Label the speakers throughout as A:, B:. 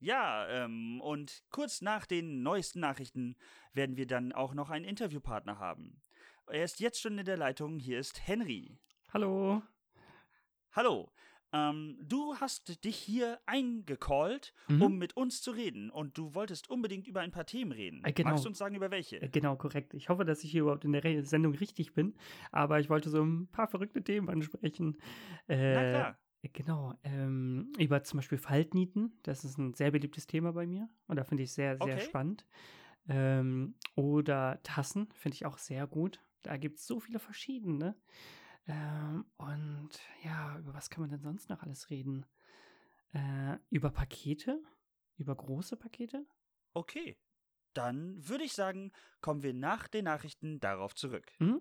A: Ja, ähm, und kurz nach den neuesten Nachrichten werden wir dann auch noch einen Interviewpartner haben. Er ist jetzt schon in der Leitung. Hier ist Henry.
B: Hallo.
A: Hallo. Ähm, du hast dich hier eingecallt,
B: Mhm.
A: um mit uns zu reden. Und du wolltest unbedingt über ein paar Themen reden.
B: Äh, genau.
A: Magst du uns sagen, über welche?
B: Äh, Genau, korrekt. Ich hoffe, dass ich hier überhaupt in der Re Sendung richtig bin, aber ich wollte so ein paar verrückte Themen ansprechen. Äh,
A: Na klar.
B: äh, Genau, ähm, über zum Beispiel Faltnieten. Das ist ein sehr beliebtes Thema bei mir und da finde ich sehr, sehr
A: Okay.
B: spannend. Ähm, oder Tassen finde ich auch sehr gut. Da gibt es so viele verschiedene. Ähm, und ja, über was kann man denn sonst noch alles reden? Äh, über Pakete? Über große Pakete?
A: Okay. Dann würde ich sagen, kommen wir nach den Nachrichten darauf zurück.
B: Hm?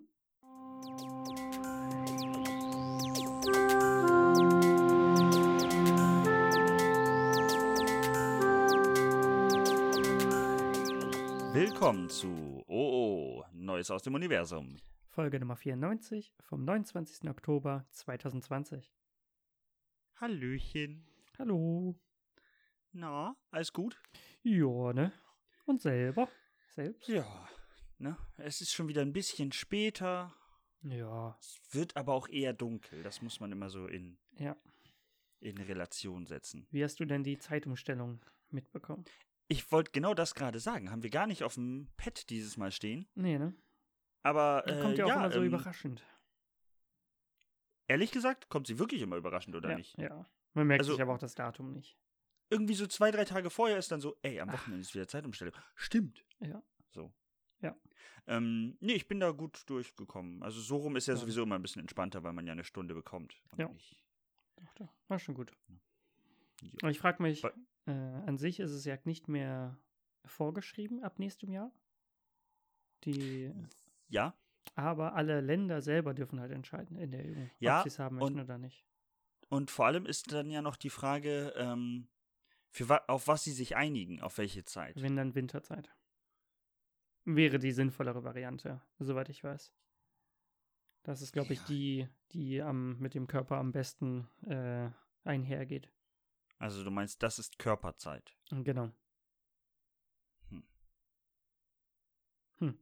A: Willkommen zu OO, Neues aus dem Universum.
B: Folge Nummer 94 vom 29. Oktober 2020.
A: Hallöchen.
B: Hallo.
A: Na, alles gut?
B: Ja, ne? Und selber? Selbst?
A: Ja, ne? Es ist schon wieder ein bisschen später.
B: Ja.
A: Es wird aber auch eher dunkel. Das muss man immer so in,
B: Ja.
A: in Relation setzen.
B: Wie hast du denn die Zeitumstellung mitbekommen?
A: Ich wollte genau das gerade sagen. Haben wir gar nicht auf dem Pad dieses Mal stehen.
B: Nee, ne?
A: Aber
B: Das
A: äh,
B: kommt ja auch immer so
A: ähm,
B: überraschend.
A: ehrlich gesagt, kommt sie wirklich immer überraschend, oder
B: ja,
A: nicht?
B: Ja. Man merkt
A: Also-
B: sich aber auch das Datum nicht.
A: Irgendwie so zwei, drei Tage vorher ist dann so, ey, am Wochenende ist wieder Zeitumstellung. Stimmt.
B: Ja.
A: So.
B: Ja.
A: Ähm, nee, ich bin da gut durchgekommen. Also so rum ist ja,
B: Ja.
A: sowieso immer ein bisschen entspannter, weil man ja eine Stunde bekommt. Und
B: Ja.
A: nicht-
B: Doch, doch. War schon gut.
A: Ja.
B: Aber ich frage mich,
A: Ba-
B: äh, an sich ist es ja nicht mehr vorgeschrieben ab nächstem Jahr. Die,
A: Hm. Ja,
B: aber alle Länder selber dürfen halt entscheiden in der EU,
A: Ja,
B: ob sie es haben möchten
A: und-
B: oder nicht.
A: und vor allem ist dann ja noch die Frage, ähm, für wa auf was sie sich einigen, auf welche Zeit.
B: Wenn dann Winterzeit. Wäre die sinnvollere Variante, soweit ich weiß. Das ist, glaube ich,
A: Ja.
B: die, die am, mit dem Körper am besten äh, einhergeht.
A: Also du meinst, das ist Körperzeit.
B: Genau.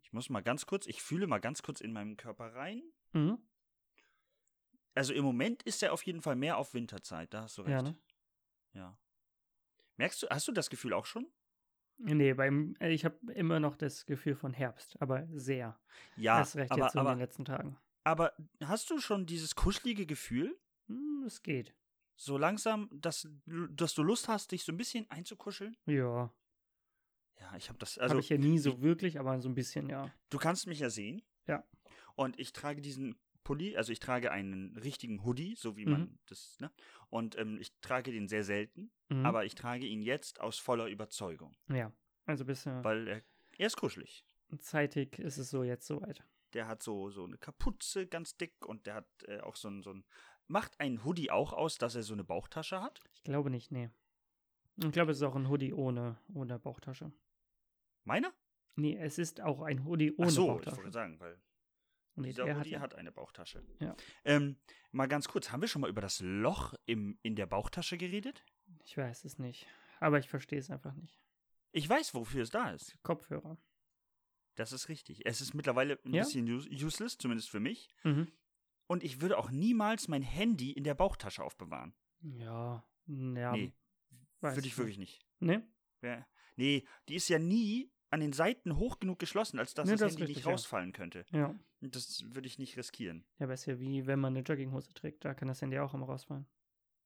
A: Ich muss mal ganz kurz, ich fühle mal ganz kurz in meinem Körper rein.
B: Mhm.
A: Also im Moment ist er auf jeden Fall mehr auf Winterzeit, da hast du recht.
B: Ja, ne?
A: ja. Merkst du, hast du das Gefühl auch schon?
B: Nee, beim, äh, ich habe immer noch das Gefühl von Herbst, aber sehr.
A: Ja,
B: Erst recht
A: aber,
B: jetzt so in den
A: aber,
B: letzten Tagen.
A: aber hast du schon dieses kuschelige Gefühl?
B: Hm, es geht.
A: So langsam, dass, dass du Lust hast, dich so ein bisschen einzukuscheln?
B: Ja.
A: Ja, ich habe das. Also,
B: habe ich ja nie so wirklich, aber so ein bisschen, ja.
A: du kannst mich ja sehen.
B: Ja.
A: Und ich trage diesen Pulli, also ich trage einen richtigen Hoodie, so wie man das, ne? Und ähm, ich trage den sehr selten,
B: Mhm.
A: aber ich trage ihn jetzt aus voller Überzeugung,
B: Ja. Also ein bisschen
A: weil er, er ist kuschelig.
B: zeitig ist es so jetzt soweit.
A: Der hat so, so eine Kapuze ganz dick und der hat äh, auch so ein, so ein. Macht ein Hoodie auch aus, dass er so eine Bauchtasche hat?
B: Ich glaube nicht, nee. Ich glaube, es ist auch ein Hoodie ohne, ohne Bauchtasche.
A: Meiner?
B: Nee, es ist auch ein Hoodie
A: Ach
B: ohne
A: so, ich
B: Bauchtasche.
A: wollte sagen, weil
B: Nee,
A: dieser
B: der
A: Hoodie
B: ja-
A: hat, eine Bauchtasche.
B: Ja.
A: Ähm, mal ganz kurz, haben wir schon mal über das Loch im, in der Bauchtasche geredet?
B: Ich weiß es nicht. Aber ich verstehe es einfach nicht.
A: Ich weiß, wofür es da ist.
B: Kopfhörer.
A: Das ist richtig. Es ist mittlerweile ein
B: Ja?
A: bisschen use- useless, zumindest für mich.
B: Mhm.
A: Und ich würde auch niemals mein Handy in der Bauchtasche aufbewahren.
B: Ja. Ja.
A: nee,
B: weiß
A: würde ich
B: ich
A: wirklich nicht.
B: Nee?
A: Wer- Nee, die ist ja nie an den Seiten hoch genug geschlossen, als dass
B: Nee,
A: das,
B: das ist
A: Handy
B: richtig,
A: nicht
B: ja.
A: rausfallen könnte.
B: Ja.
A: Und das würde ich nicht riskieren.
B: Ja, aber ist ja wie wenn man eine Jogginghose trägt. Da kann das Handy auch immer rausfallen.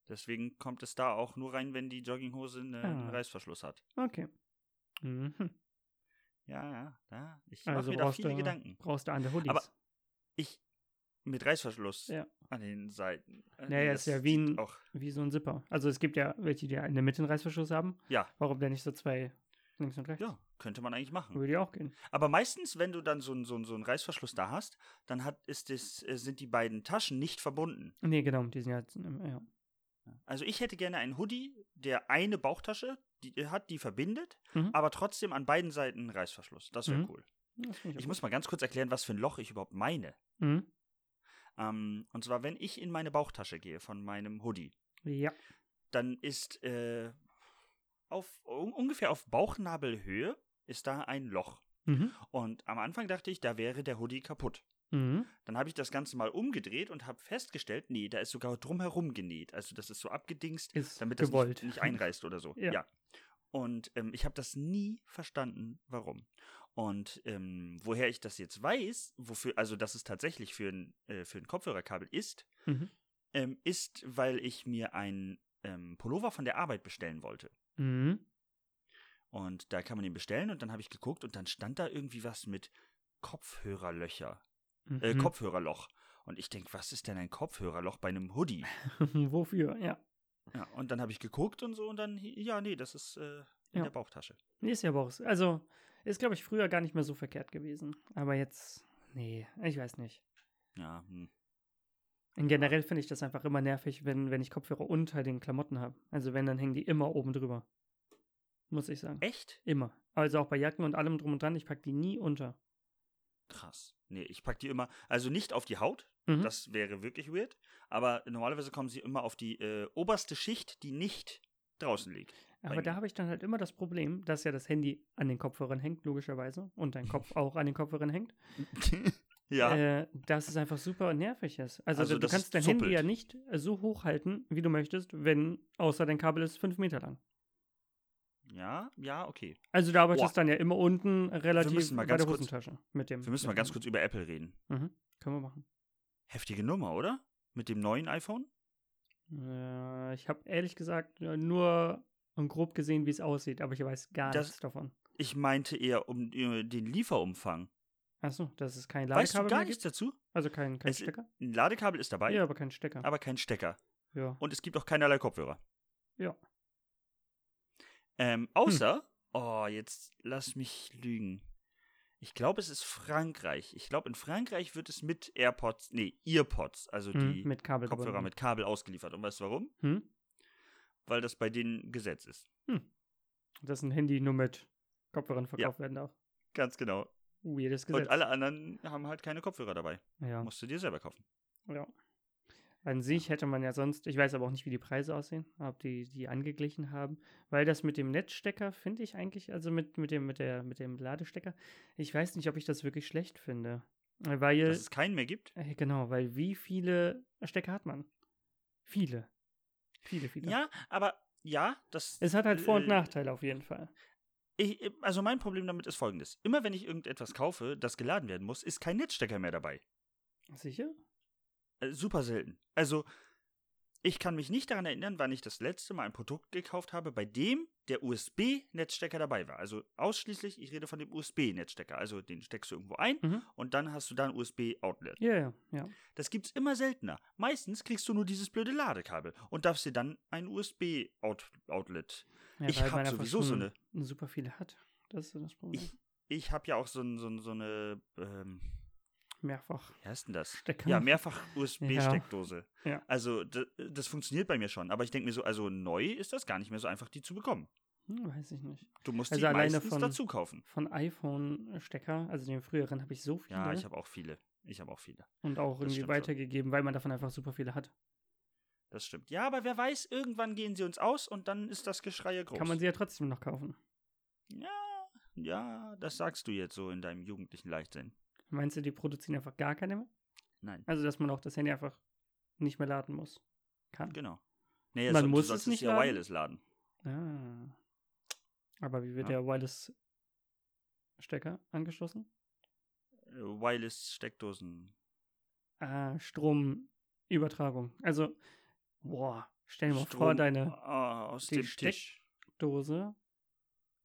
A: Deswegen kommt es da auch nur rein, wenn die Jogginghose eine, einen
B: Ah.
A: Reißverschluss hat.
B: Okay. Mhm.
A: Ja, ja, ja. Ich mache
B: Also
A: mir da
B: brauchst
A: viele
B: du-
A: Gedanken.
B: Brauchst du andere Hoodies.
A: Aber- Ich mit Reißverschluss
B: Ja.
A: an den Seiten. Äh,
B: Naja,
A: nee,
B: ist
A: das
B: ja wie
A: sieht
B: ein-
A: auch.
B: Wie so ein Zipper. Also es gibt ja welche, die eine Mitte einen Reißverschluss haben.
A: Ja.
B: Warum denn nicht so zwei links und rechts?
A: Ja, könnte man eigentlich machen.
B: Würde ja auch gehen.
A: Aber meistens, wenn du dann so, einen- so, einen- so einen Reißverschluss da hast, dann hat, ist das, äh, sind die beiden Taschen nicht verbunden.
B: Nee, genau, die sind ja, jetzt, ähm, ja.
A: Also ich hätte gerne einen Hoodie, der eine Bauchtasche die, äh, hat, die verbindet,
B: Mhm.
A: aber trotzdem an beiden Seiten einen Reißverschluss. Das wäre
B: Mhm.
A: cool.
B: Das find
A: Ich
B: auch
A: muss mal ganz kurz erklären, was für ein Loch ich überhaupt meine.
B: gut. Mhm.
A: Ähm, und zwar, wenn ich in meine Bauchtasche gehe von meinem Hoodie,
B: Ja.
A: dann ist äh, auf un ungefähr auf Bauchnabelhöhe ist da ein Loch.
B: Mhm.
A: Und am Anfang dachte ich, da wäre der Hoodie kaputt.
B: Mhm.
A: Dann habe ich das Ganze mal umgedreht und habe festgestellt, nee, da ist sogar drumherum genäht. Also das ist so abgedingst,
B: Ist
A: damit das
B: gewollt.
A: nicht, nicht einreißt oder so.
B: Ja.
A: Ja. Und ähm, ich habe das nie verstanden, warum. Und ähm, woher ich das jetzt weiß, wofür, also dass es tatsächlich für ein, äh, für ein Kopfhörerkabel ist,
B: Mhm.
A: ähm, ist, weil ich mir ein ähm, Pullover von der Arbeit bestellen wollte.
B: Mhm.
A: Und da kann man ihn bestellen und dann habe ich geguckt und dann stand da irgendwie was mit Kopfhörerlöcher, äh,
B: Mhm.
A: Kopfhörerloch. Und ich denke, was ist denn ein Kopfhörerloch bei einem Hoodie?
B: Wofür? Ja.
A: Ja, und dann habe ich geguckt und so und dann, ja, nee, das ist äh, in
B: Ja.
A: der Bauchtasche.
B: Nee, ist ja aber auch. Also, ist, glaube ich, früher gar nicht mehr so verkehrt gewesen. Aber jetzt, nee, ich weiß nicht.
A: Ja, hm.
B: Und generell finde ich das einfach immer nervig, wenn, wenn ich Kopfhörer unter den Klamotten habe. Also, wenn, dann hängen die immer oben drüber. Muss ich sagen.
A: echt
B: Immer. Also auch bei Jacken und allem drum und dran, ich packe die nie unter.
A: krass. Nee, ich packe die immer, also nicht auf die Haut,
B: Mhm.
A: das wäre wirklich weird, aber normalerweise kommen sie immer auf die äh, oberste Schicht, die nicht draußen liegt.
B: Aber da
A: mir.
B: habe ich dann halt immer das Problem, dass ja das Handy an den Kopfhörern hängt, logischerweise, und dein Kopf auch an den Kopfhörern hängt.
A: ja,
B: Äh, dass es einfach super nervig ist. Also,
A: Also,
B: du
A: dass es
B: kannst dein Handy
A: zuppelt.
B: ja nicht äh, so hoch halten, wie du möchtest, wenn außer dein Kabel ist fünf Meter lang.
A: ja, ja, okay.
B: Also du arbeitest
A: Boah.
B: dann ja immer unten relativ
A: müssen mal
B: bei
A: ganz
B: der
A: kurz-
B: Hosentasche mit dem.
A: Wir müssen mal
B: mit
A: ganz
B: dem-
A: kurz über Apple reden.
B: Mhm. Können wir machen.
A: Heftige Nummer, oder? Mit dem neuen iPhone?
B: Äh, ich habe ehrlich gesagt äh, nur grob gesehen, wie es aussieht, aber ich weiß gar
A: Das-
B: nichts davon.
A: Ich meinte eher um äh, den Lieferumfang.
B: Achso, das ist kein
A: Weißt du
B: Ladekabel
A: gar
B: mehr gibt,
A: nichts dazu?
B: also kein, kein
A: Es-
B: Stecker.
A: Ein Ladekabel ist dabei,
B: Ja, aber kein Stecker.
A: aber kein Stecker.
B: ja.
A: Und es gibt auch keinerlei Kopfhörer.
B: Ja. Hm.
A: Ähm, außer, oh, jetzt lass mich lügen. Ich glaube, es ist Frankreich. Ich glaube, in Frankreich wird es mit AirPods, nee, EarPods, also
B: Hm,
A: die
B: mit Kabel
A: Kopfhörer
B: gebunden.
A: mit Kabel ausgeliefert. Und weißt du warum?
B: Hm?
A: Weil das bei denen Gesetz ist.
B: Dass ein Handy nur mit Kopfhörern verkauft werden darf.
A: Ganz genau.
B: Weirdes Gesetz.
A: Und alle anderen haben halt keine Kopfhörer dabei.
B: ja.
A: Musst du dir selber kaufen.
B: Ja. An sich hätte man ja sonst, ich weiß aber auch nicht, wie die Preise aussehen, ob die die angeglichen haben, weil das mit dem Netzstecker finde ich eigentlich, also mit, mit dem mit der mit dem Ladestecker, ich weiß nicht, ob ich das wirklich schlecht finde, weil
A: Dass es keinen mehr gibt?
B: äh, genau, weil wie viele Stecker hat man? Viele, viele, viele.
A: Ja, aber ja, das.
B: Es hat halt Vor- und
A: äh,
B: Nachteile auf jeden Fall.
A: Ich, also mein Problem damit ist folgendes. Immer wenn ich irgendetwas kaufe, das geladen werden muss, ist kein Netzstecker mehr dabei.
B: Sicher?
A: Äh, super selten. Also ich kann mich nicht daran erinnern, wann ich das letzte Mal ein Produkt gekauft habe, bei dem der USB-Netzstecker dabei war. Also ausschließlich, ich rede von dem USB-Netzstecker. Also den steckst du irgendwo ein
B: Mhm.
A: und dann hast du da ein USB-Outlet.
B: Ja, ja, ja.
A: Das gibt's immer seltener. Meistens kriegst du nur dieses blöde Ladekabel und darfst dir dann ein USB-Outlet.
B: ja
A: Ich
B: weil
A: hab
B: man einfach
A: sowieso so
B: schon super viele hat. Das ist so das Problem.
A: Ich, ich habe ja auch so, ein- so, ein- so eine, ähm,
B: Mehrfach.
A: wie heißt denn das?
B: Stecker.
A: Ja, mehrfach USB-Steckdose.
B: Ja.
A: Also d- das funktioniert bei mir schon, aber ich denke mir so, also neu ist das gar nicht mehr so einfach, die zu bekommen.
B: Hm, weiß ich nicht.
A: Du musst
B: Also
A: die
B: alleine
A: meistens
B: von-
A: dazu kaufen.
B: von iPhone-Stecker, also den früheren, habe ich so viele
A: Ja, ich habe auch viele. Ich habe auch viele.
B: und auch
A: das
B: irgendwie
A: stimmt schon.
B: weitergegeben, weil man davon einfach super viele hat.
A: Das stimmt. Ja, aber wer weiß, irgendwann gehen sie uns aus und dann ist das Geschrei ja groß.
B: Kann man sie ja trotzdem noch kaufen.
A: ja, ja, das sagst du jetzt so in deinem jugendlichen Leichtsinn.
B: Meinst du, die produzieren einfach gar keine mehr?
A: Nein,
B: Also, dass man auch das Handy einfach nicht mehr laden muss. Kann.
A: genau. Nee,
B: Man
A: so-
B: muss
A: du sollst
B: es nicht
A: ja
B: laden?
A: wireless laden.
B: Ah. Aber wie wird
A: Ja.
B: der Wireless-Stecker angeschlossen?
A: Äh, Wireless-Steckdosen.
B: Ah, Stromübertragung. Also, boah, stell dir mal vor,
A: Strom ah,
B: deine
A: aus
B: die
A: dem
B: Steck-
A: Tisch
B: Dose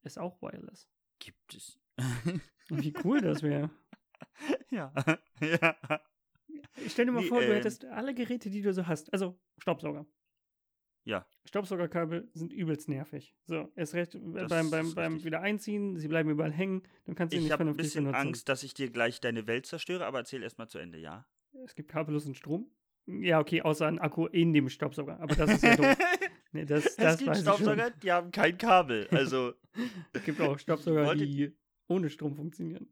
B: ist auch wireless.
A: gibt es.
B: Wie cool das wäre.
A: ja. ja.
B: Ich Stell dir mal
A: Nee,
B: vor, du
A: ähm,
B: hättest alle Geräte, die du so hast. Also Staubsauger.
A: Ja.
B: Staubsaugerkabel sind übelst nervig. So, erst recht äh,
A: Das
B: beim, beim,
A: ist
B: beim
A: richtig.
B: wieder einziehen, sie bleiben überall hängen, dann kannst du sie
A: Ich
B: nicht
A: habe ein
B: vernünftig
A: bisschen
B: benutzen.
A: Angst, dass ich dir gleich deine Welt zerstöre, aber erzähl erst mal zu Ende, ja?
B: Es gibt kabellosen Strom. Ja, okay, außer ein Akku in dem Staubsauger. Aber das ist ja doof. Nee, das, das
A: es gibt
B: weiß ich
A: Staubsauger, die haben kein Kabel. Also,
B: Schon. Es gibt auch Staubsauger,
A: Wollte-
B: die ohne Strom funktionieren.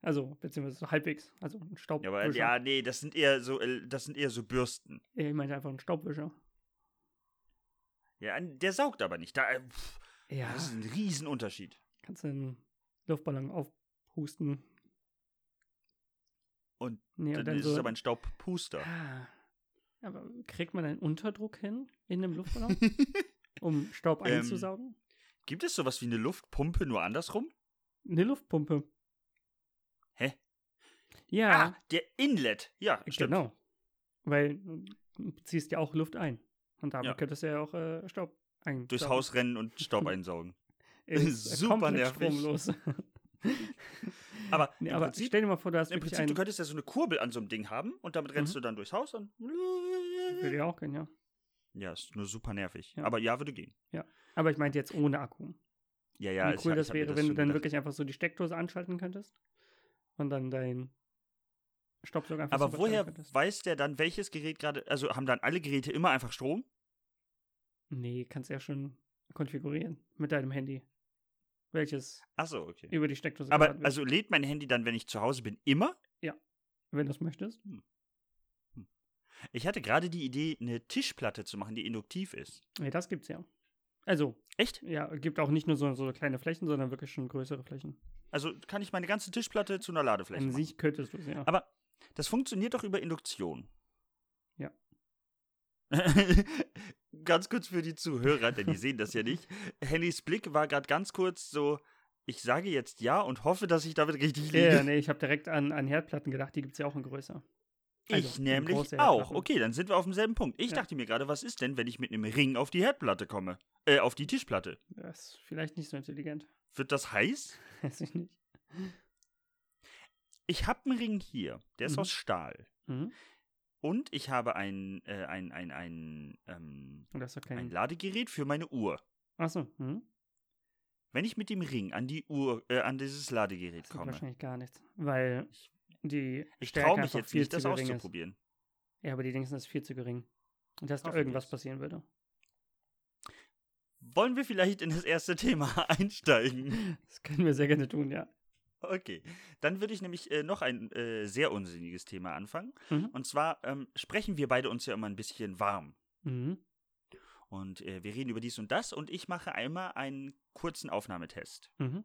B: Also, beziehungsweise so halbwegs. Also ein
A: ja, aber,
B: Staubwischer.
A: ja, nee, das sind eher so, äh, das sind eher so Bürsten.
B: Ich meinte einfach einen Staubwischer.
A: Ja, der saugt aber nicht. Da, äh, pff,
B: Ja,
A: Das ist ein Riesenunterschied.
B: kannst du einen Luftballon aufhusten.
A: Und
B: nee,
A: dann, ist es aber ein Staubpuster.
B: Ah. Aber kriegt man einen Unterdruck hin in einem Luftballon, um Staub
A: Ähm.
B: einzusaugen?
A: Gibt es sowas wie eine Luftpumpe nur andersrum?
B: Eine Luftpumpe.
A: Hä?
B: Ja,
A: Ah, der Inlet. Ja, stimmt.
B: genau. Weil du ziehst ja auch Luft ein. Und damit
A: Ja.
B: könntest du ja auch äh, Staub ein.
A: Durchs Haus rennen und Staub einsaugen.
B: Ist
A: Super
B: komplett
A: nervig.
B: Stromlos.
A: Aber,
B: nee,
A: im,
B: aber
A: Prinzip,
B: stell dir mal vor, du hast
A: im
B: wirklich
A: Prinzip,
B: einen.
A: du könntest ja so eine Kurbel an so einem Ding haben und damit rennst
B: Mhm.
A: du dann durchs Haus und.
B: Würde ja auch gehen, ja.
A: Ja, ist nur super nervig.
B: Ja.
A: Aber ja, würde gehen.
B: Aber ich meinte jetzt ohne Akku.
A: Ja, ja,
B: Wie
A: ich
B: cool
A: hab- ich
B: das
A: hab mir
B: wäre, wenn du
A: schon
B: dann
A: gedacht.
B: wirklich einfach so die Steckdose anschalten könntest und dann dein Staubsauger einfach
A: Aber
B: so betreiben
A: woher
B: könntest.
A: weiß der dann, welches Gerät gerade. Also haben dann alle Geräte immer einfach Strom?
B: Nee, kannst ja schon konfigurieren mit deinem Handy. Welches
A: Achso, okay.
B: über die Steckdose
A: Aber
B: geladen wird,
A: also lädt mein Handy dann, wenn ich zu Hause bin, immer?
B: wenn du es möchtest.
A: Ich hatte gerade die Idee, eine Tischplatte zu machen, die induktiv ist.
B: Ja, das gibt's ja. Also,
A: Echt?
B: ja, gibt auch nicht nur so, so kleine Flächen, sondern wirklich schon größere Flächen.
A: Also kann ich meine ganze Tischplatte zu einer Ladefläche
B: An
A: machen.
B: sich könntest du es, ja.
A: Aber das funktioniert doch über Induktion.
B: Ja.
A: ganz kurz für die Zuhörer, denn die sehen das ja nicht. Hennys Blick war gerade ganz kurz so, ich sage jetzt ja und hoffe, dass ich damit richtig
B: Ja,
A: liege.
B: ja, ne, nee, ich habe direkt an, an Herdplatten gedacht, die gibt's ja auch in größer. also,
A: ich
B: in
A: nämlich
B: große
A: auch.
B: Herdplatten.
A: Okay, dann sind wir auf demselben Punkt. Ich
B: Ja.
A: dachte mir gerade, was ist denn, wenn ich mit einem Ring auf die Herdplatte komme? Äh, auf die Tischplatte.
B: Das ist vielleicht nicht so intelligent.
A: Wird das heiß?
B: Weiß ich nicht.
A: Ich habe einen Ring hier. Der ist
B: Mhm.
A: aus Stahl.
B: Mhm.
A: Und ich habe ein, äh, ein, ein, ein, ähm,
B: Und das ist doch
A: ein
B: kein.
A: Ladegerät für meine Uhr.
B: Achso, mhm.
A: Wenn ich mit dem Ring an die Uhr, äh, an dieses Ladegerät
B: Das wird
A: komme,
B: wahrscheinlich gar nichts, weil
A: Ich-
B: die
A: ich
B: Stärke
A: traue mich
B: einfach
A: jetzt
B: viel
A: nicht,
B: zu
A: das
B: gering
A: auszuprobieren.
B: Ist. Ja, aber die Dings ist viel zu gering. Und dass da
A: Hoffentlich.
B: irgendwas passieren würde.
A: Wollen wir vielleicht in das erste Thema einsteigen?
B: Das können wir sehr gerne tun, ja.
A: Okay, dann würde ich nämlich äh, noch ein äh, sehr unsinniges Thema anfangen.
B: Mhm.
A: Und zwar ähm, sprechen wir beide uns ja immer ein bisschen warm.
B: Mhm.
A: Und äh, wir reden über dies und das und ich mache einmal einen kurzen Aufnahmetest.
B: Mhm.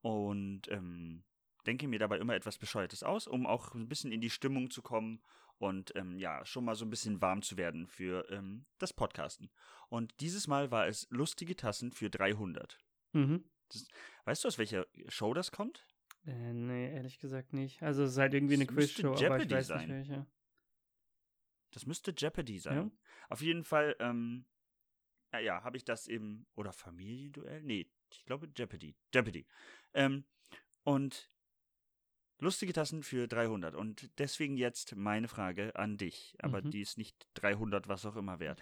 A: und ähm, denke mir dabei immer etwas Bescheuertes aus, um auch ein bisschen in die Stimmung zu kommen und ähm, ja, schon mal so ein bisschen warm zu werden für ähm, das Podcasten. Und dieses Mal war es Lustige Tassen für 300.
B: Mhm.
A: Weißt du, aus welcher Show das kommt?
B: Äh, nee, ehrlich gesagt nicht. Also es ist halt irgendwie
A: Es
B: eine
A: müsste
B: Quizshow, aber ich
A: Jeopardy
B: weiß
A: sein.
B: nicht welche.
A: Das müsste Jeopardy sein.
B: Ja.
A: Auf jeden Fall, ähm, naja, habe ich das eben, oder Familienduell? Nee, ich glaube Jeopardy. Jeopardy. Ähm, und lustige Tassen für 300. Und deswegen jetzt meine Frage an dich. Aber
B: Mhm.
A: die ist nicht 300, was auch immer wert.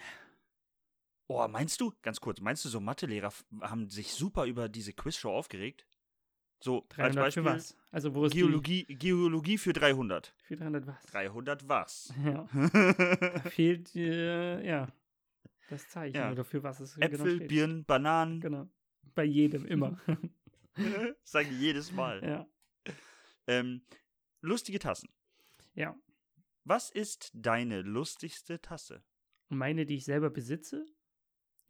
A: Oh, meinst du, ganz kurz, meinst du, so Mathelehrer f- haben sich super über diese Quizshow aufgeregt? So,
B: 300
A: als
B: für
A: Beispiel,
B: was? Also wo ist
A: Geologie, Geologie für 300.
B: die? Für 300 was?
A: 300 was?
B: Ja. Fehlt, äh, ja, das Zeichen.
A: Ja.
B: Oder für was es genau
A: Äpfel,
B: steht.
A: Birnen, Bananen.
B: Genau. Bei jedem, immer.
A: Sage ich jedes Mal.
B: Genau. ja.
A: Ähm, lustige Tassen.
B: Ja.
A: Was ist deine lustigste Tasse?
B: Meine, die ich selber besitze?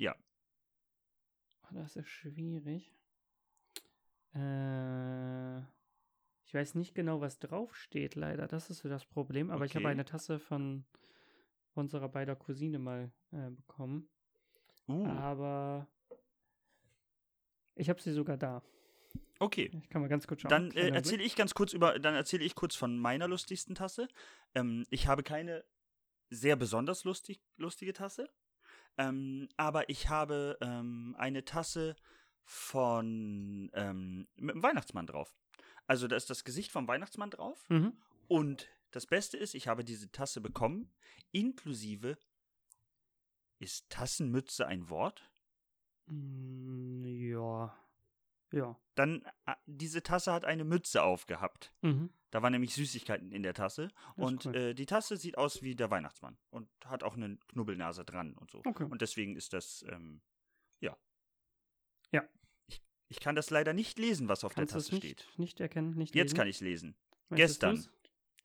A: Ja.
B: Oh, das ist schwierig. Äh, ich weiß nicht genau, was draufsteht, leider. Das ist so das Problem. Aber ich habe
A: Okay.
B: eine Tasse von unserer beider Cousine mal äh, bekommen.
A: Uh,
B: Ah, Aber ich habe sie sogar da.
A: okay.
B: Ich kann mal ganz kurz schauen.
A: Dann äh,
B: Kleiner
A: erzähle
B: Blick.
A: ich ganz kurz über, dann erzähle ich kurz von meiner lustigsten Tasse. Ähm, ich habe keine sehr besonders lustig, lustige Tasse. Ähm, aber ich habe ähm, eine Tasse von ähm, mit dem Weihnachtsmann drauf. Also da ist das Gesicht vom Weihnachtsmann drauf.
B: Mhm.
A: Und das Beste ist, ich habe diese Tasse bekommen, inklusive. Ist Tassenmütze ein Wort?
B: Mm, Ja. Ja.
A: Dann, äh, diese Tasse hat eine Mütze aufgehabt.
B: Mhm.
A: Da waren nämlich Süßigkeiten in der Tasse.
B: Das ist
A: Und
B: cool.
A: äh, die Tasse sieht aus wie der Weihnachtsmann und hat auch eine Knubbelnase dran und so.
B: Okay.
A: Und deswegen ist das, ähm, ja.
B: Ja.
A: Ich, ich kann das leider nicht lesen, was auf
B: Kannst
A: der
B: du es
A: Tasse steht.
B: nicht, nicht erkennen? Nicht
A: Jetzt
B: lesen?
A: kann ich lesen.
B: Möchtest
A: gestern.
B: du's?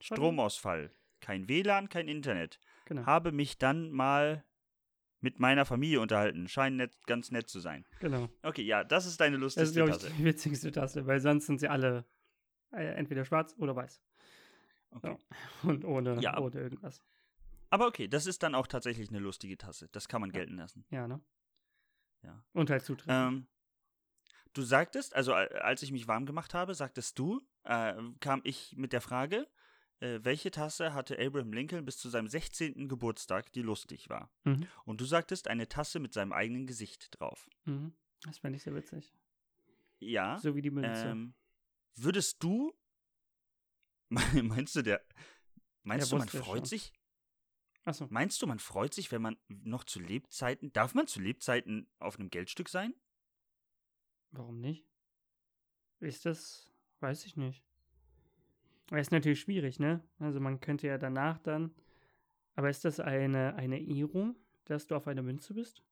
B: Schon?
A: Stromausfall. Kein WLAN, kein Internet.
B: Genau.
A: habe mich dann mal mit meiner Familie unterhalten. Scheint nett, ganz nett zu sein.
B: Genau.
A: Okay, ja, das ist deine
B: Das ist,
A: lustigste
B: glaube ich,
A: Tasse.
B: die witzigste Tasse, weil sonst sind sie alle äh, entweder schwarz oder weiß.
A: Okay.
B: Und ohne,
A: Ja.
B: ohne irgendwas.
A: Aber okay, das ist dann auch tatsächlich eine lustige Tasse. Das kann man gelten lassen.
B: Ja, ne?
A: Ja.
B: Und halt
A: Ähm,
B: zutreffend.
A: du sagtest, also a- als ich mich warm gemacht habe, sagtest du, äh, kam ich mit der Frage, äh, welche Tasse hatte Abraham Lincoln bis zu seinem 16. Geburtstag, die lustig war?
B: Mhm.
A: Und du sagtest, eine Tasse mit seinem eigenen Gesicht drauf.
B: Mhm. Das fände ich sehr witzig.
A: Ja.
B: So wie die Münze.
A: ähm, würdest du. Meinst du, der. Meinst du,
B: Der
A: man
B: wusste es
A: freut
B: schon.
A: sich?
B: Achso.
A: Meinst du, man freut sich, wenn man noch zu Lebzeiten. Darf man zu Lebzeiten auf einem Geldstück sein?
B: Warum nicht? Ist das, weiß ich nicht. Aber ist natürlich schwierig, ne? Also man könnte ja danach dann. Aber ist das eine, eine Ehrung, dass du auf einer Münze bist?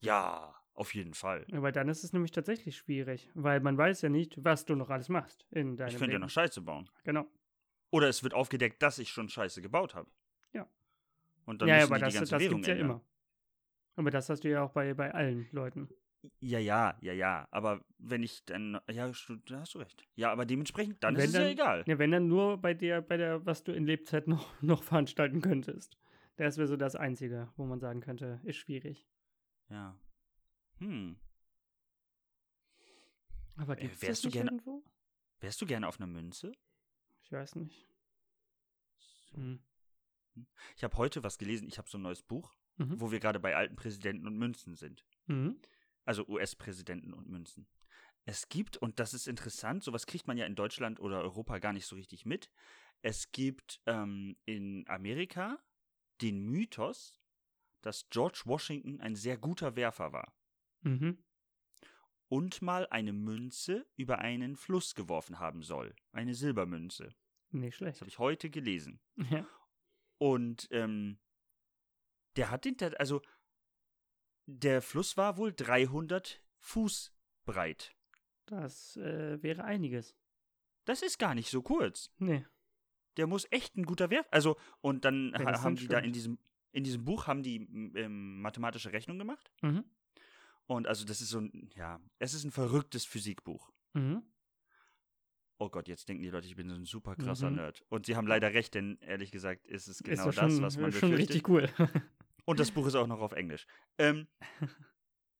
A: Ja, auf jeden Fall.
B: Aber dann ist es nämlich tatsächlich schwierig, weil man weiß ja nicht, was du noch alles machst in deinem
A: ich
B: Leben.
A: könnte ja noch Scheiße bauen.
B: genau.
A: Oder es wird aufgedeckt, dass ich schon Scheiße gebaut habe.
B: Ja.
A: Und dann
B: Ja, ja,
A: müssen
B: aber
A: die
B: das,
A: die ganze
B: das
A: Währung
B: gibt's ja
A: ändern.
B: immer. Aber das hast du ja auch bei, bei allen Leuten.
A: Ja, ja, ja, ja. Aber wenn ich dann. Ja, stu- da hast du recht. Ja, aber dementsprechend, dann
B: Wenn
A: ist es
B: dann-
A: ja egal.
B: Ja, wenn dann nur bei der, bei der, was du in Lebzeit noch, noch veranstalten könntest. Das wäre so das Einzige, wo man sagen könnte, ist schwierig.
A: Ja. Hm.
B: Aber
A: Äh,
B: gibt's das
A: wärst du
B: nicht
A: gerne-
B: irgendwo?
A: Wärst du gerne auf einer Münze?
B: Ich weiß nicht. Hm.
A: So. Ich habe heute was gelesen. Ich habe so ein neues Buch,
B: Mhm.
A: wo wir gerade bei alten Präsidenten und Münzen sind.
B: Mhm.
A: Also US-Präsidenten und Münzen. Es gibt, und das ist interessant, sowas kriegt man ja in Deutschland oder Europa gar nicht so richtig mit. Es gibt ähm, in Amerika den Mythos, dass George Washington ein sehr guter Werfer war
B: Mhm.
A: und mal eine Münze über einen Fluss geworfen haben soll. Eine Silbermünze.
B: Nicht
A: Das
B: schlecht.
A: habe ich heute gelesen.
B: Ja.
A: Und ähm, der hat den, Tat- also der Fluss war wohl 300 Fuß breit.
B: Das äh, wäre einiges.
A: Das ist gar nicht so kurz.
B: Nee.
A: Der muss echt ein guter Wert. Also, und dann
B: Wenn
A: ha
B: es
A: haben
B: dann
A: die da in
B: stimmt.
A: diesem, in diesem Buch haben die m, ähm, mathematische Rechnung gemacht.
B: Mhm.
A: Und also das ist so ein, ja, es ist ein verrücktes Physikbuch. Genau
B: Mhm.
A: Oh Gott, jetzt denken die Leute, ich bin so ein super krasser
B: Mhm.
A: Nerd. Und sie haben leider recht, denn ehrlich gesagt ist es genau
B: ist ja
A: das,
B: schon,
A: was man
B: schon
A: befürchtet.
B: richtig cool.
A: Und das Buch ist auch noch auf Englisch. Ähm,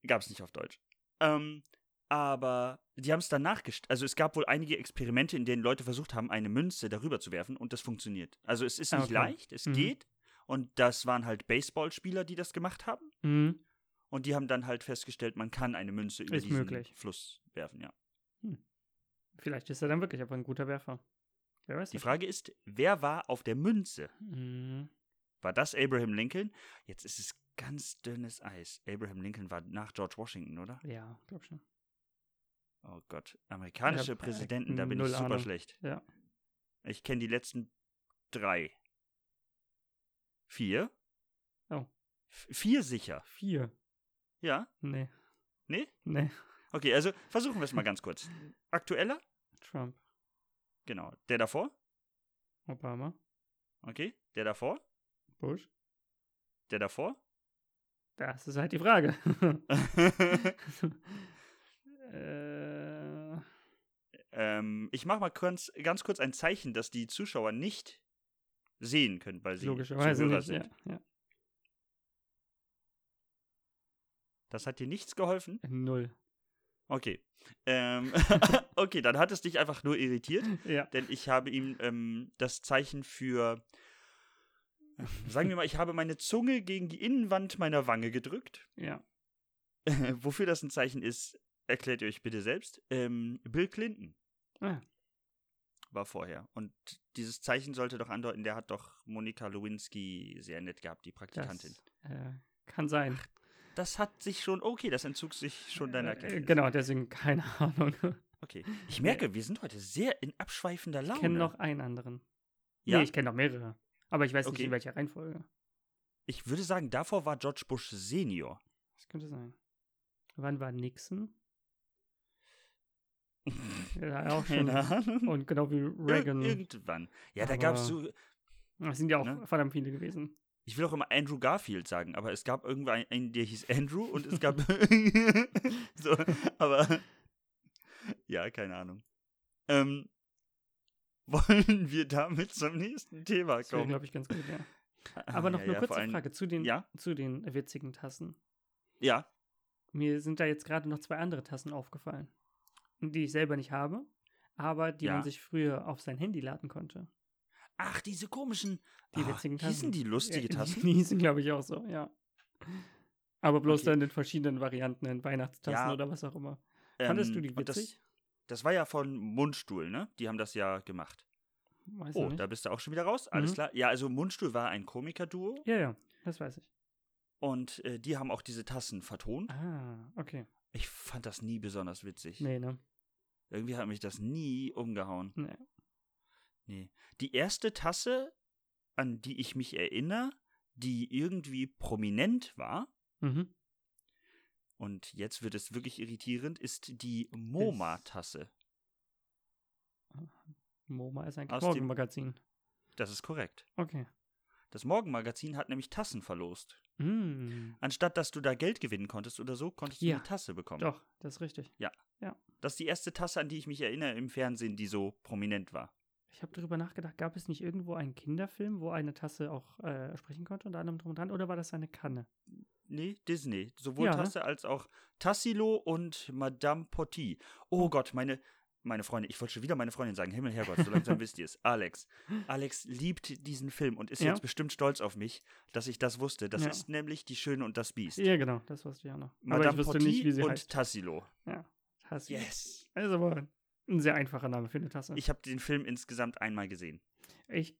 A: gab es nicht auf Deutsch. Ähm, aber die haben es dann nachgestellt. Also es gab wohl einige Experimente, in denen Leute versucht haben, eine Münze darüber zu werfen und das funktioniert. Also es ist
B: Ah,
A: nicht
B: okay.
A: leicht, es
B: Mhm.
A: geht. Und das waren halt Baseballspieler, die das gemacht haben.
B: mhm.
A: Und die haben dann halt festgestellt, man kann eine Münze über
B: Ist
A: diesen
B: möglich.
A: Fluss werfen, ja.
B: Vielleicht ist er dann wirklich aber ein guter Werfer. Wer weiß
A: Die
B: das?
A: Frage ist, wer war auf der Münze?
B: Mhm.
A: War das Abraham Lincoln? Jetzt ist es ganz dünnes Eis. Abraham Lincoln war nach George Washington, oder?
B: Ja, glaub schon.
A: Oh Gott, amerikanische
B: hab, äh,
A: Präsidenten, da bin
B: null
A: ich super
B: Ahnung.
A: schlecht.
B: Ja.
A: Ich kenne die letzten drei. Vier?
B: Oh.
A: F- Vier sicher,
B: Vier.
A: ja.
B: Nee.
A: Nee?
B: Nee.
A: Okay, also versuchen wir es mal ganz kurz. Aktueller?
B: Trump.
A: Genau. Der davor?
B: Obama.
A: Okay. Der davor?
B: Bush.
A: Der davor?
B: Das ist halt die Frage. äh,
A: ähm, ich mache mal kurz, ganz kurz ein Zeichen, dass die Zuschauer nicht sehen können, weil sie
B: logischerweise
A: Zuhörer
B: nicht. Ja, ja.
A: Das hat dir nichts geholfen?
B: Null.
A: Okay. Ähm, okay, dann hat es dich einfach nur irritiert.
B: Ja.
A: denn ich habe ihm ähm, das Zeichen für, sagen wir mal, ich habe meine Zunge gegen die Innenwand meiner Wange gedrückt.
B: Ja.
A: wofür das ein Zeichen ist, erklärt ihr euch bitte selbst. Ähm, Bill Clinton
B: Ah.
A: war vorher. Und dieses Zeichen sollte doch andeuten, der hat doch Monika Lewinsky sehr nett gehabt, die
B: Das,
A: Praktikantin. Das,
B: äh, kann sein.
A: hat sich schon, okay, das entzog sich schon deiner
B: äh,
A: Erkenntnis.
B: Genau, deswegen keine Ahnung.
A: Okay. Ich merke, wir sind heute sehr in abschweifender Laune.
B: Ich kenne noch einen anderen.
A: ja?
B: Nee, ich kenne noch mehrere. Aber ich weiß
A: Okay.
B: nicht, in welcher Reihenfolge.
A: ich würde sagen, davor war George Bush Senior.
B: Das könnte sein. Wann war Nixon? Ja, auch schon.
A: Keine Ahnung.
B: Und genau wie
A: Ir-
B: Reagan.
A: irgendwann. Ja, da gab es
B: Aber-
A: so.
B: Es sind ja auch
A: Ne?
B: verdammt viele gewesen.
A: Ich will auch immer Andrew Garfield sagen, aber es gab irgendwo einen, der hieß Andrew und es gab. so, aber. Ja, keine Ahnung. Ähm, wollen wir damit zum nächsten Thema
B: Das wäre,
A: kommen?
B: glaube ich, ganz gut, ja. Aber noch
A: ja,
B: eine
A: ja,
B: kurze
A: vor allem-
B: Frage zu den,
A: Ja?
B: zu den witzigen Tassen.
A: Ja,
B: Mir sind da jetzt gerade noch zwei andere Tassen aufgefallen, die ich selber nicht habe, aber die
A: Ja.
B: man sich früher auf sein Handy laden konnte.
A: Ach, diese komischen.
B: Die
A: Ah,
B: witzigen Tassen.
A: Hießen die lustige
B: Ja,
A: Tassen?
B: Die, die hießen, glaube ich, auch so, ja. Aber bloß
A: Okay.
B: dann in verschiedenen Varianten, in Weihnachtstassen
A: Ja.
B: oder was auch immer. Fandest du die
A: Ähm, und
B: witzig?
A: Das, das war ja von Mundstuhl, ne? Die haben das ja gemacht.
B: Weiß
A: oh,
B: ich
A: da
B: nicht.
A: bist du auch schon wieder raus. Alles
B: Mhm.
A: klar. Ja, also Mundstuhl war ein Komikerduo
B: Ja, ja, das weiß ich.
A: und äh, die haben auch diese Tassen vertont.
B: Ah, okay.
A: Ich fand das nie besonders witzig.
B: Nee, ne?
A: Irgendwie hat mich das nie umgehauen.
B: Nee.
A: Nee. Die erste Tasse, an die ich mich erinnere, die irgendwie prominent war,
B: Mhm.
A: und jetzt wird es wirklich irritierend, ist die MoMA-Tasse.
B: MoMA ist ein
A: Aus dem-
B: Morgenmagazin.
A: Das ist korrekt.
B: Okay.
A: Das Morgenmagazin hat nämlich Tassen verlost.
B: Mm,
A: Anstatt dass du da Geld gewinnen konntest oder so, konntest du
B: Ja,
A: eine Tasse bekommen.
B: doch, das ist richtig.
A: Das ist die erste Tasse, an die ich mich erinnere im Fernsehen, die so prominent war.
B: Ich habe darüber nachgedacht, gab es nicht irgendwo einen Kinderfilm, wo eine Tasse auch äh, sprechen konnte, unter anderem drum und dran, oder war das eine Kanne?
A: Nee, Disney. Sowohl
B: Ja, ne?
A: Tasse als auch Tassilo und Madame Potty.
B: Hm.
A: Oh Gott, meine, meine Freundin, ich wollte schon wieder meine Freundin sagen, Himmel, Herrgott, so langsam wisst ihr es. Alex. Alex liebt diesen Film und ist
B: Ja.
A: jetzt bestimmt stolz auf mich, dass ich das wusste. Das
B: Ja.
A: ist nämlich Die Schöne und das Biest.
B: Ja, genau, das wusste ich auch noch. Aber ich
A: Madame
B: wusste
A: Potty
B: nicht, wie sie
A: und
B: heißt.
A: Tassilo.
B: Tasse.
A: Yes.
B: Das ist aber ein sehr einfacher Name für eine Tasse. Ich
A: Ich habe den Film insgesamt einmal gesehen.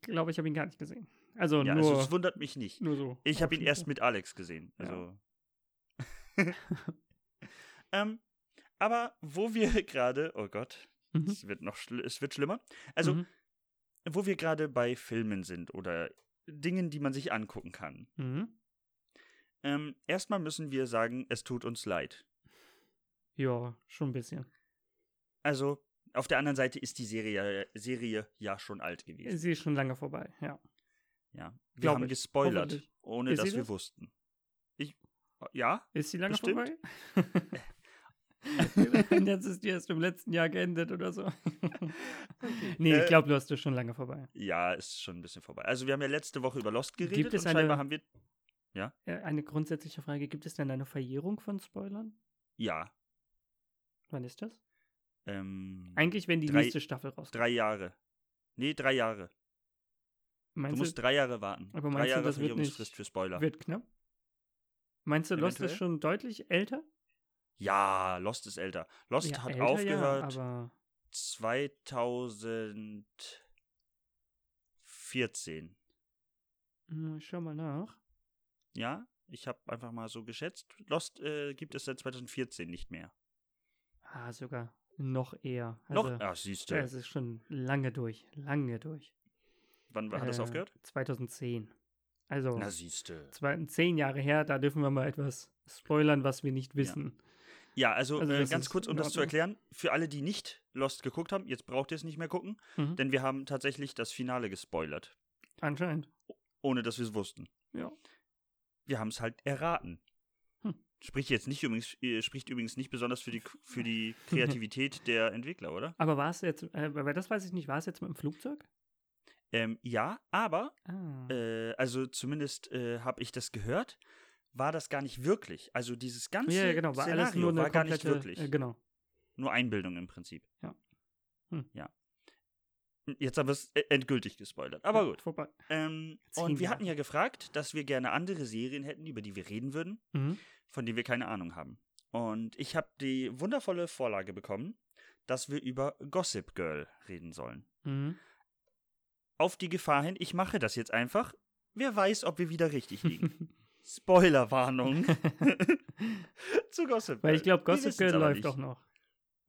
B: glaube, ich, habe ihn gar nicht gesehen. Also
A: ja,
B: nur,
A: also es wundert mich nicht.
B: nur so.
A: Ich habe ihn
B: Ausschnitte.
A: erst mit Alex gesehen.
B: Ja.
A: Also. ähm, aber wo wir gerade, oh Gott,
B: Mhm.
A: es wird noch schl es wird schlimmer. Also,
B: Mhm.
A: wo wir gerade bei Filmen sind oder Dingen, die man sich angucken kann.
B: Mhm.
A: Ähm, erstmal müssen wir sagen, es tut uns leid.
B: Ja, schon ein bisschen.
A: Also, auf der anderen Seite ist die Serie, Serie ja schon alt gewesen.
B: Sie ist schon lange vorbei, ja.
A: Ja. Wir
B: glaub
A: haben
B: ich.
A: gespoilert,
B: Hoffentlich.
A: ohne
B: Ist
A: dass
B: sie
A: wir
B: das?
A: wussten. Ich, ja,
B: Ist sie lange
A: Bestimmt.
B: vorbei? Jetzt ist die erst im letzten Jahr geendet oder so. nee,
A: Äh,
B: ich glaube, du hast es schon lange vorbei.
A: Ja, ist schon ein bisschen vorbei. Also wir haben ja letzte Woche über Lost geredet
B: Gibt es
A: und scheinbar
B: eine-
A: haben wir
B: Äh, Eine grundsätzliche Frage: Gibt es denn eine Verjährung von Spoilern?
A: ja
B: Wann ist das?
A: ähm,
B: Eigentlich, wenn die
A: Drei-
B: nächste Staffel rauskommt.
A: drei Jahre. Nee, drei Jahre.
B: Meinst
A: du musst
B: du,
A: drei Jahre warten. drei
B: Aber meinst du,
A: Jahre
B: das wird
A: Verjährungsfrist
B: nicht-
A: für Spoiler.
B: wird knapp? Meinst du, Lost ist
A: Eventuell.
B: schon deutlich älter?
A: Ja, Lost ist älter. Lost
B: Ja,
A: hat
B: älter,
A: aufgehört
B: Ja, aber
A: 2014.
B: Hm, ich schau mal nach.
A: Ja, ich habe einfach mal so geschätzt. Lost äh, gibt es seit 2014 nicht mehr.
B: Ah, sogar noch eher.
A: Noch? Ah,
B: Also,
A: Ach, siehst du.
B: ja, es ist schon lange durch. Lange durch.
A: Wann war- hat das
B: Äh,
A: aufgehört?
B: 2010. Also,
A: Na, siehst du.
B: zwei, zehn Jahre her, da dürfen wir mal etwas spoilern, was wir nicht wissen.
A: Ja, also,
B: Also
A: äh,
B: das
A: ganz
B: ist
A: kurz, um
B: in
A: das zu
B: Ordnung.
A: erklären, für alle, die nicht Lost geguckt haben, jetzt braucht ihr es nicht mehr gucken,
B: Mhm.
A: denn wir haben tatsächlich das Finale gespoilert,
B: Anscheinend.
A: ohne dass wir es wussten.
B: Ja.
A: Wir haben es halt erraten.
B: Hm.
A: Spricht jetzt nicht übrigens, äh, spricht übrigens nicht besonders für die, für die Kreativität der Entwickler, oder?
B: Aber war es jetzt, äh, weil das weiß ich nicht, war es jetzt mit dem Flugzeug?
A: Ähm, ja, aber,
B: Ah.
A: äh, also zumindest äh, habe ich das gehört, war das gar nicht wirklich. Also dieses ganze
B: ja, ja, genau, war
A: Szenario
B: alles nur eine
A: war gar nicht
B: komplette,
A: wirklich.
B: Äh, genau.
A: Nur Einbildung im Prinzip.
B: Ja. Hm.
A: Ja. Jetzt haben wir es äh, endgültig gespoilert. Aber
B: Ja,
A: gut.
B: Vorbei.
A: Ähm,
B: Zehn
A: und wir
B: Jahre.
A: hatten ja gefragt, dass wir gerne andere Serien hätten, über die wir reden würden,
B: Mhm.
A: von denen wir keine Ahnung haben. Und ich habe die wundervolle Vorlage bekommen, dass wir über Gossip Girl reden sollen.
B: Mhm.
A: Auf die Gefahr hin, ich mache das jetzt einfach. Wer weiß, ob wir wieder richtig liegen. Spoilerwarnung zu Gossip Girl.
B: Weil ich glaube,
A: Äh, Wir
B: Gossip
A: wissen's
B: Girl
A: aber
B: läuft
A: nicht.
B: auch noch.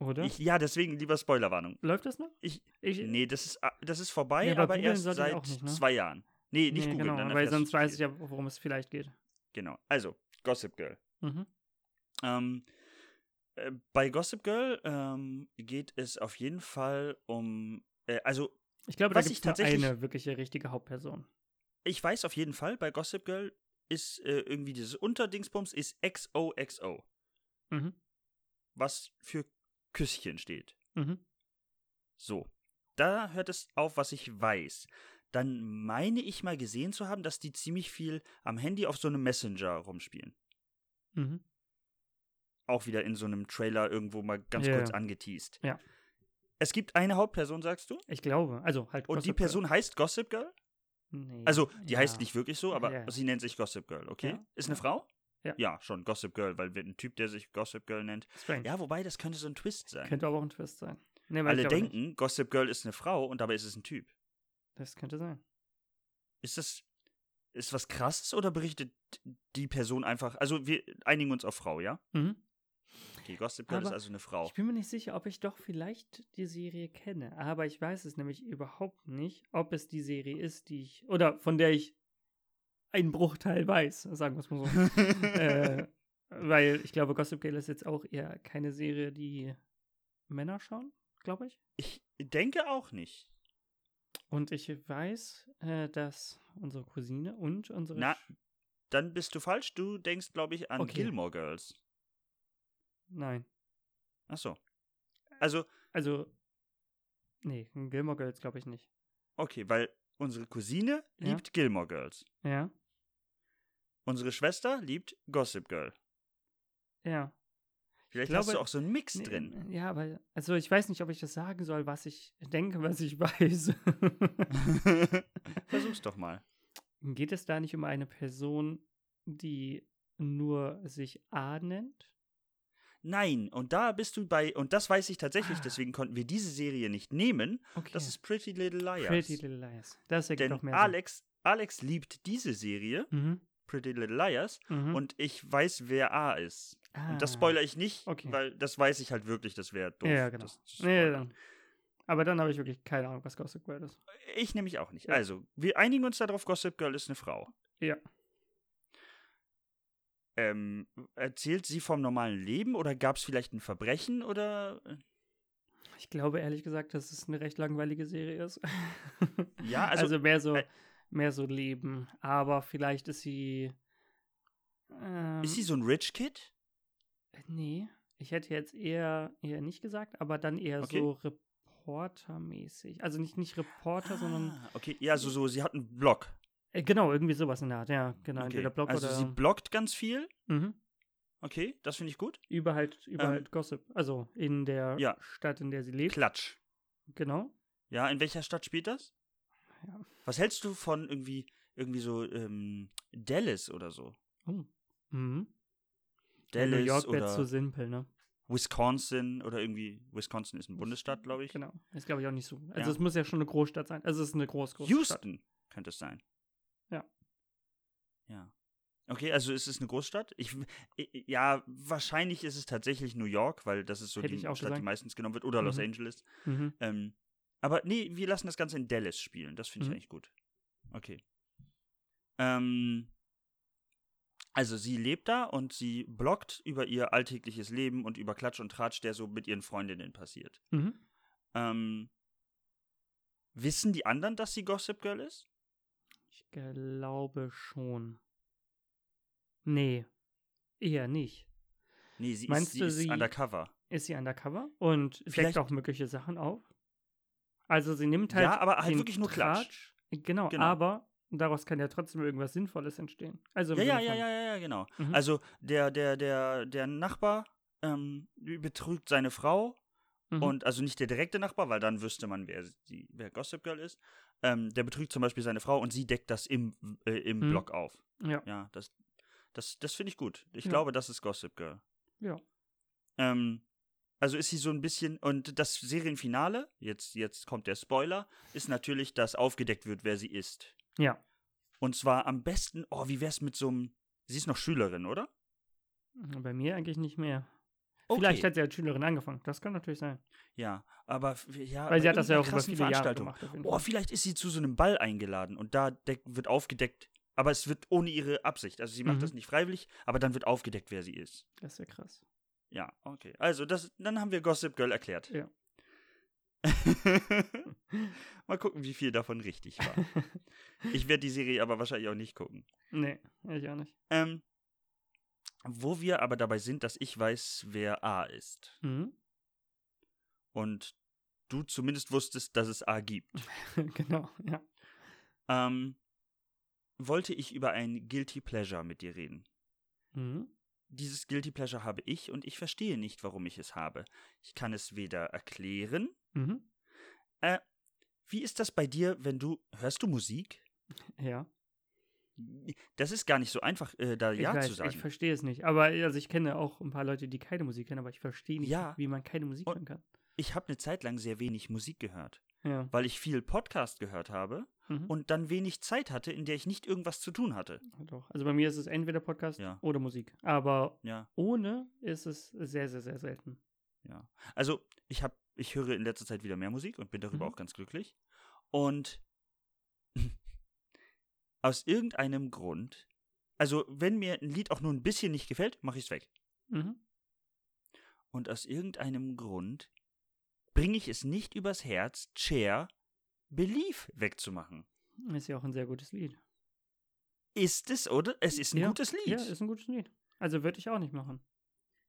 B: Oder?
A: Ich, ja, deswegen lieber Spoilerwarnung.
B: läuft das noch?
A: Ich-
B: ich
A: Nee, das ist, a- das ist vorbei,
B: Nee, aber
A: aber
B: googeln
A: erst
B: sollte ich
A: seit
B: auch nicht, ne?
A: zwei Jahren. Nee, nicht
B: nee,
A: googeln.
B: genau,
A: dann
B: weil
A: erfährst du
B: sonst
A: zu
B: weiß
A: viel.
B: ich ja, worum es vielleicht geht.
A: Genau. Also, Gossip Girl.
B: Mhm.
A: Ähm, äh, bei Gossip Girl ähm, geht es auf jeden Fall um. Äh, also,
B: Ich glaube,
A: Was
B: da
A: ich
B: gibt es
A: tatsächlich-
B: eine wirkliche richtige Hauptperson.
A: ich weiß auf jeden Fall, bei Gossip Girl ist äh, irgendwie dieses Unterdingsbums ist XOXO,
B: Mhm.
A: was für Küsschen steht.
B: Mhm.
A: So, da hört es auf, was ich weiß. Dann meine ich mal gesehen zu haben, dass die ziemlich viel am Handy auf so einem Messenger rumspielen.
B: Mhm.
A: Auch wieder in so einem Trailer irgendwo mal ganz
B: Ja,
A: kurz
B: ja.
A: angeteased.
B: Ja.
A: Es gibt eine Hauptperson, sagst du?
B: Ich glaube, also halt.
A: Und die
B: Gossip Girl.
A: Person heißt Gossip Girl?
B: Nee.
A: Also, die
B: Mhm. ja.
A: heißt nicht wirklich so, aber
B: Ja.
A: sie nennt sich Gossip Girl, okay?
B: Ja,
A: Ist eine
B: ja.
A: Frau?
B: Ja.
A: Ja, schon Gossip Girl, weil wir ein Typ, der sich Gossip Girl nennt.
B: Strange.
A: Ja, wobei, das könnte so ein Twist sein.
B: Hm. Könnte aber auch ein Twist sein. Nee, weiß
A: Alle
B: ich aber
A: denken, Gossip Girl ist eine Frau und dabei ist es ein Typ.
B: Nicht. Das könnte sein.
A: Ist das. Ist was krasses oder berichtet die Person einfach. Also, wir einigen uns auf Frau, ja?
B: Mhm.
A: Okay, Gossip Girl ist
B: Aber
A: also eine Frau.
B: Ich bin mir nicht sicher, ob ich doch vielleicht die Serie kenne, aber ich weiß es nämlich überhaupt nicht, ob es die Serie ist, die ich oder von der ich einen Bruchteil weiß, sagen wir es mal so. äh, weil ich glaube, Gossip Girl ist jetzt auch eher keine Serie, die Männer schauen, glaube ich.
A: Ich denke auch nicht.
B: Und ich weiß, äh, dass unsere Cousine und unsere
A: Na,
B: Sch-
A: Dann bist du falsch. Du denkst, glaube ich, an
B: Okay.
A: Gilmore Girls.
B: nein,
A: Ach so. Also,
B: also nee, Gilmore Girls glaube ich nicht.
A: okay, weil unsere Cousine
B: Ja.
A: liebt Gilmore Girls.
B: Ja,
A: Unsere Schwester liebt Gossip Girl.
B: ja.
A: Vielleicht
B: glaube-
A: hast du auch so einen Mix
B: Nee,
A: drin.
B: Ja, aber also ich weiß nicht, ob ich das sagen soll, was ich denke, was ich weiß.
A: Versuch's doch mal.
B: Geht es da nicht um eine Person, die nur sich A nennt?
A: Nein, und da bist du bei, und das weiß ich tatsächlich,
B: Ah.
A: deswegen konnten wir diese Serie nicht nehmen.
B: Okay.
A: Das ist Pretty Little Liars.
B: Pretty Little Liars. Das ergibt noch
A: Denn
B: mehr
A: Alex, Alex liebt diese Serie,
B: Sinn.
A: Pretty Little Liars,
B: Mhm, mhm.
A: und ich weiß, wer A ist. Und das
B: Ah.
A: spoilere ich nicht,
B: Okay.
A: weil das weiß ich halt wirklich, das wäre doof.
B: Ja, genau.
A: Das zu
B: Nee,
A: spoilern.
B: dann. Aber dann habe ich wirklich keine Ahnung, was Gossip Girl ist.
A: Ich nämlich auch nicht.
B: Ja.
A: Also, wir einigen uns darauf, Gossip Girl ist eine Frau.
B: Ja.
A: Ähm, erzählt sie vom normalen Leben oder gab es vielleicht ein Verbrechen oder. äh,
B: Ich glaube ehrlich gesagt, dass es eine recht langweilige Serie ist.
A: Ja, also-
B: mehr so
A: äh,
B: mehr so Leben, aber vielleicht ist sie ähm,
A: Ist sie so ein Rich Kid?
B: Äh, Nee, ich hätte jetzt eher, eher nicht gesagt, aber dann eher
A: Okay.
B: so Reportermäßig. Also nicht, nicht Reporter, sondern.
A: Ah, okay, ja, so, so, sie hat einen Blog.
B: Äh, genau, irgendwie sowas in der Art, ja, genau.
A: Okay.
B: Entweder Blog
A: also
B: oder.
A: sie bloggt ganz viel.
B: mhm.
A: Okay, das finde ich gut.
B: Über halt, über
A: Ähm,
B: halt Gossip. Also in der
A: ja.
B: Stadt, in der sie lebt.
A: Klatsch.
B: Genau.
A: Ja, in welcher Stadt spielt das?
B: Ja.
A: Was hältst du von irgendwie, irgendwie so ähm, Dallas oder so?
B: Oh. Mhm. In
A: Dallas
B: New York
A: oder
B: wäre zu simpel, ne?
A: Wisconsin oder irgendwie, Wisconsin ist ein Bundesstaat, glaube ich.
B: Genau. Ist, glaube ich, auch nicht so. Also
A: Ja.
B: es muss ja schon eine Großstadt sein. Also es ist eine groß, große Stadt.
A: Houston könnte es sein.
B: Ja.
A: Ja. Okay, also ist es eine Großstadt? Ich, w- i- ja, wahrscheinlich ist es tatsächlich New York, weil das ist so
B: Hätte
A: die
B: ich auch
A: Stadt, die
B: gesagt.
A: meistens genommen wird, oder Los
B: Mhm.
A: Angeles.
B: Mhm.
A: Ähm, aber nee, wir lassen das Ganze in Dallas spielen. Das finde ich
B: Mhm.
A: eigentlich gut. Okay. Ähm, also sie lebt da und sie bloggt über ihr alltägliches Leben und über Klatsch und Tratsch, der so mit ihren Freundinnen passiert.
B: Mhm.
A: Ähm, wissen die anderen, dass sie Gossip Girl ist?
B: Ich glaube schon. Nee. Eher nicht.
A: Nee, sie
B: Meinst
A: ist, sie
B: du,
A: ist
B: sie-
A: undercover.
B: ist sie undercover und
A: Vielleicht-
B: deckt auch mögliche Sachen auf. Also sie nimmt halt
A: ja, aber halt
B: den
A: wirklich nur Klatsch.
B: Genau,
A: Genau.
B: aber daraus kann ja trotzdem irgendwas Sinnvolles entstehen. Also im
A: Ja, ja,
B: Sinne
A: ja,
B: von-
A: ja, ja, ja, genau.
B: Mhm.
A: Also der, der, der, der Nachbar ähm, betrügt seine Frau
B: Mhm.
A: und also nicht der direkte Nachbar, weil dann wüsste man, wer, sie- wer Gossip Girl ist. Ähm, der betrügt zum Beispiel seine Frau und sie deckt das im, äh, im
B: Mhm.
A: Blog auf.
B: ja.
A: Ja, das, das, das finde ich gut. Ich
B: Ja.
A: glaube, das ist Gossip Girl.
B: Ja.
A: Ähm, also ist sie so ein bisschen, und das Serienfinale, jetzt, jetzt kommt der Spoiler, ist natürlich, dass aufgedeckt wird, wer sie ist.
B: Ja.
A: Und zwar am besten, oh, wie wär's mit so einem, sie ist noch Schülerin, oder?
B: Bei mir eigentlich nicht mehr. Vielleicht hat sie als Schülerin angefangen. Das kann natürlich sein.
A: Ja, aber, f- ja.
B: Weil sie
A: bei
B: hat das ja auch
A: irgendeiner
B: über
A: krassen
B: viele Jahre
A: Veranstaltung.
B: gemacht. auf jeden
A: Oh,
B: Fall.
A: vielleicht ist sie zu so einem Ball eingeladen und da deck- wird aufgedeckt, aber es wird ohne ihre Absicht. Also sie macht
B: Mhm.
A: das nicht freiwillig, aber dann wird aufgedeckt, wer sie ist.
B: Das ist ja krass.
A: Ja, okay. Also, das, dann haben wir Gossip Girl erklärt.
B: Ja.
A: Mal gucken, wie viel davon richtig war. Ich werde die Serie aber wahrscheinlich auch nicht gucken.
B: nee, ich auch nicht.
A: Ähm, wo wir aber dabei sind, dass ich weiß, wer A ist.
B: Mhm.
A: Und du zumindest wusstest, dass es A gibt.
B: genau, ja.
A: Ähm, wollte ich über ein Guilty Pleasure mit dir reden.
B: Mhm.
A: Dieses Guilty Pleasure habe ich und ich verstehe nicht, warum ich es habe. Ich kann es weder erklären,
B: Mhm.
A: Wie ist das bei dir, wenn du. Hörst du Musik?
B: Ja.
A: Das ist gar nicht so einfach, äh, da
B: Ich
A: Ja
B: weiß,
A: zu
B: ich
A: sagen.
B: verstehe es nicht. Aber also ich kenne auch ein paar Leute, die keine Musik kennen, aber ich verstehe nicht,
A: Ja.
B: wie man keine Musik
A: Und-
B: hören kann.
A: Ich, habe eine Zeit lang sehr wenig Musik gehört,
B: Ja.
A: weil ich viel Podcast gehört habe
B: Mhm.
A: und dann wenig Zeit hatte, in der ich nicht irgendwas zu tun hatte.
B: Doch. Also bei mir ist es entweder Podcast
A: Ja.
B: oder Musik. Aber
A: Ja.
B: ohne ist es sehr, sehr, sehr selten.
A: Also, ich habe, ich höre in letzter Zeit wieder mehr Musik und bin darüber
B: Mhm.
A: auch ganz glücklich. Und aus irgendeinem Grund, also wenn mir ein Lied auch nur ein bisschen nicht gefällt, mache ich es weg.
B: Mhm.
A: Und aus irgendeinem Grund bringe ich es nicht übers Herz, Chair Belief wegzumachen.
B: Ist ja auch ein sehr gutes Lied.
A: Ist es, oder? Es ist ein
B: Ja.
A: gutes Lied.
B: Ja, ist ein gutes Lied. Also würde ich auch nicht machen.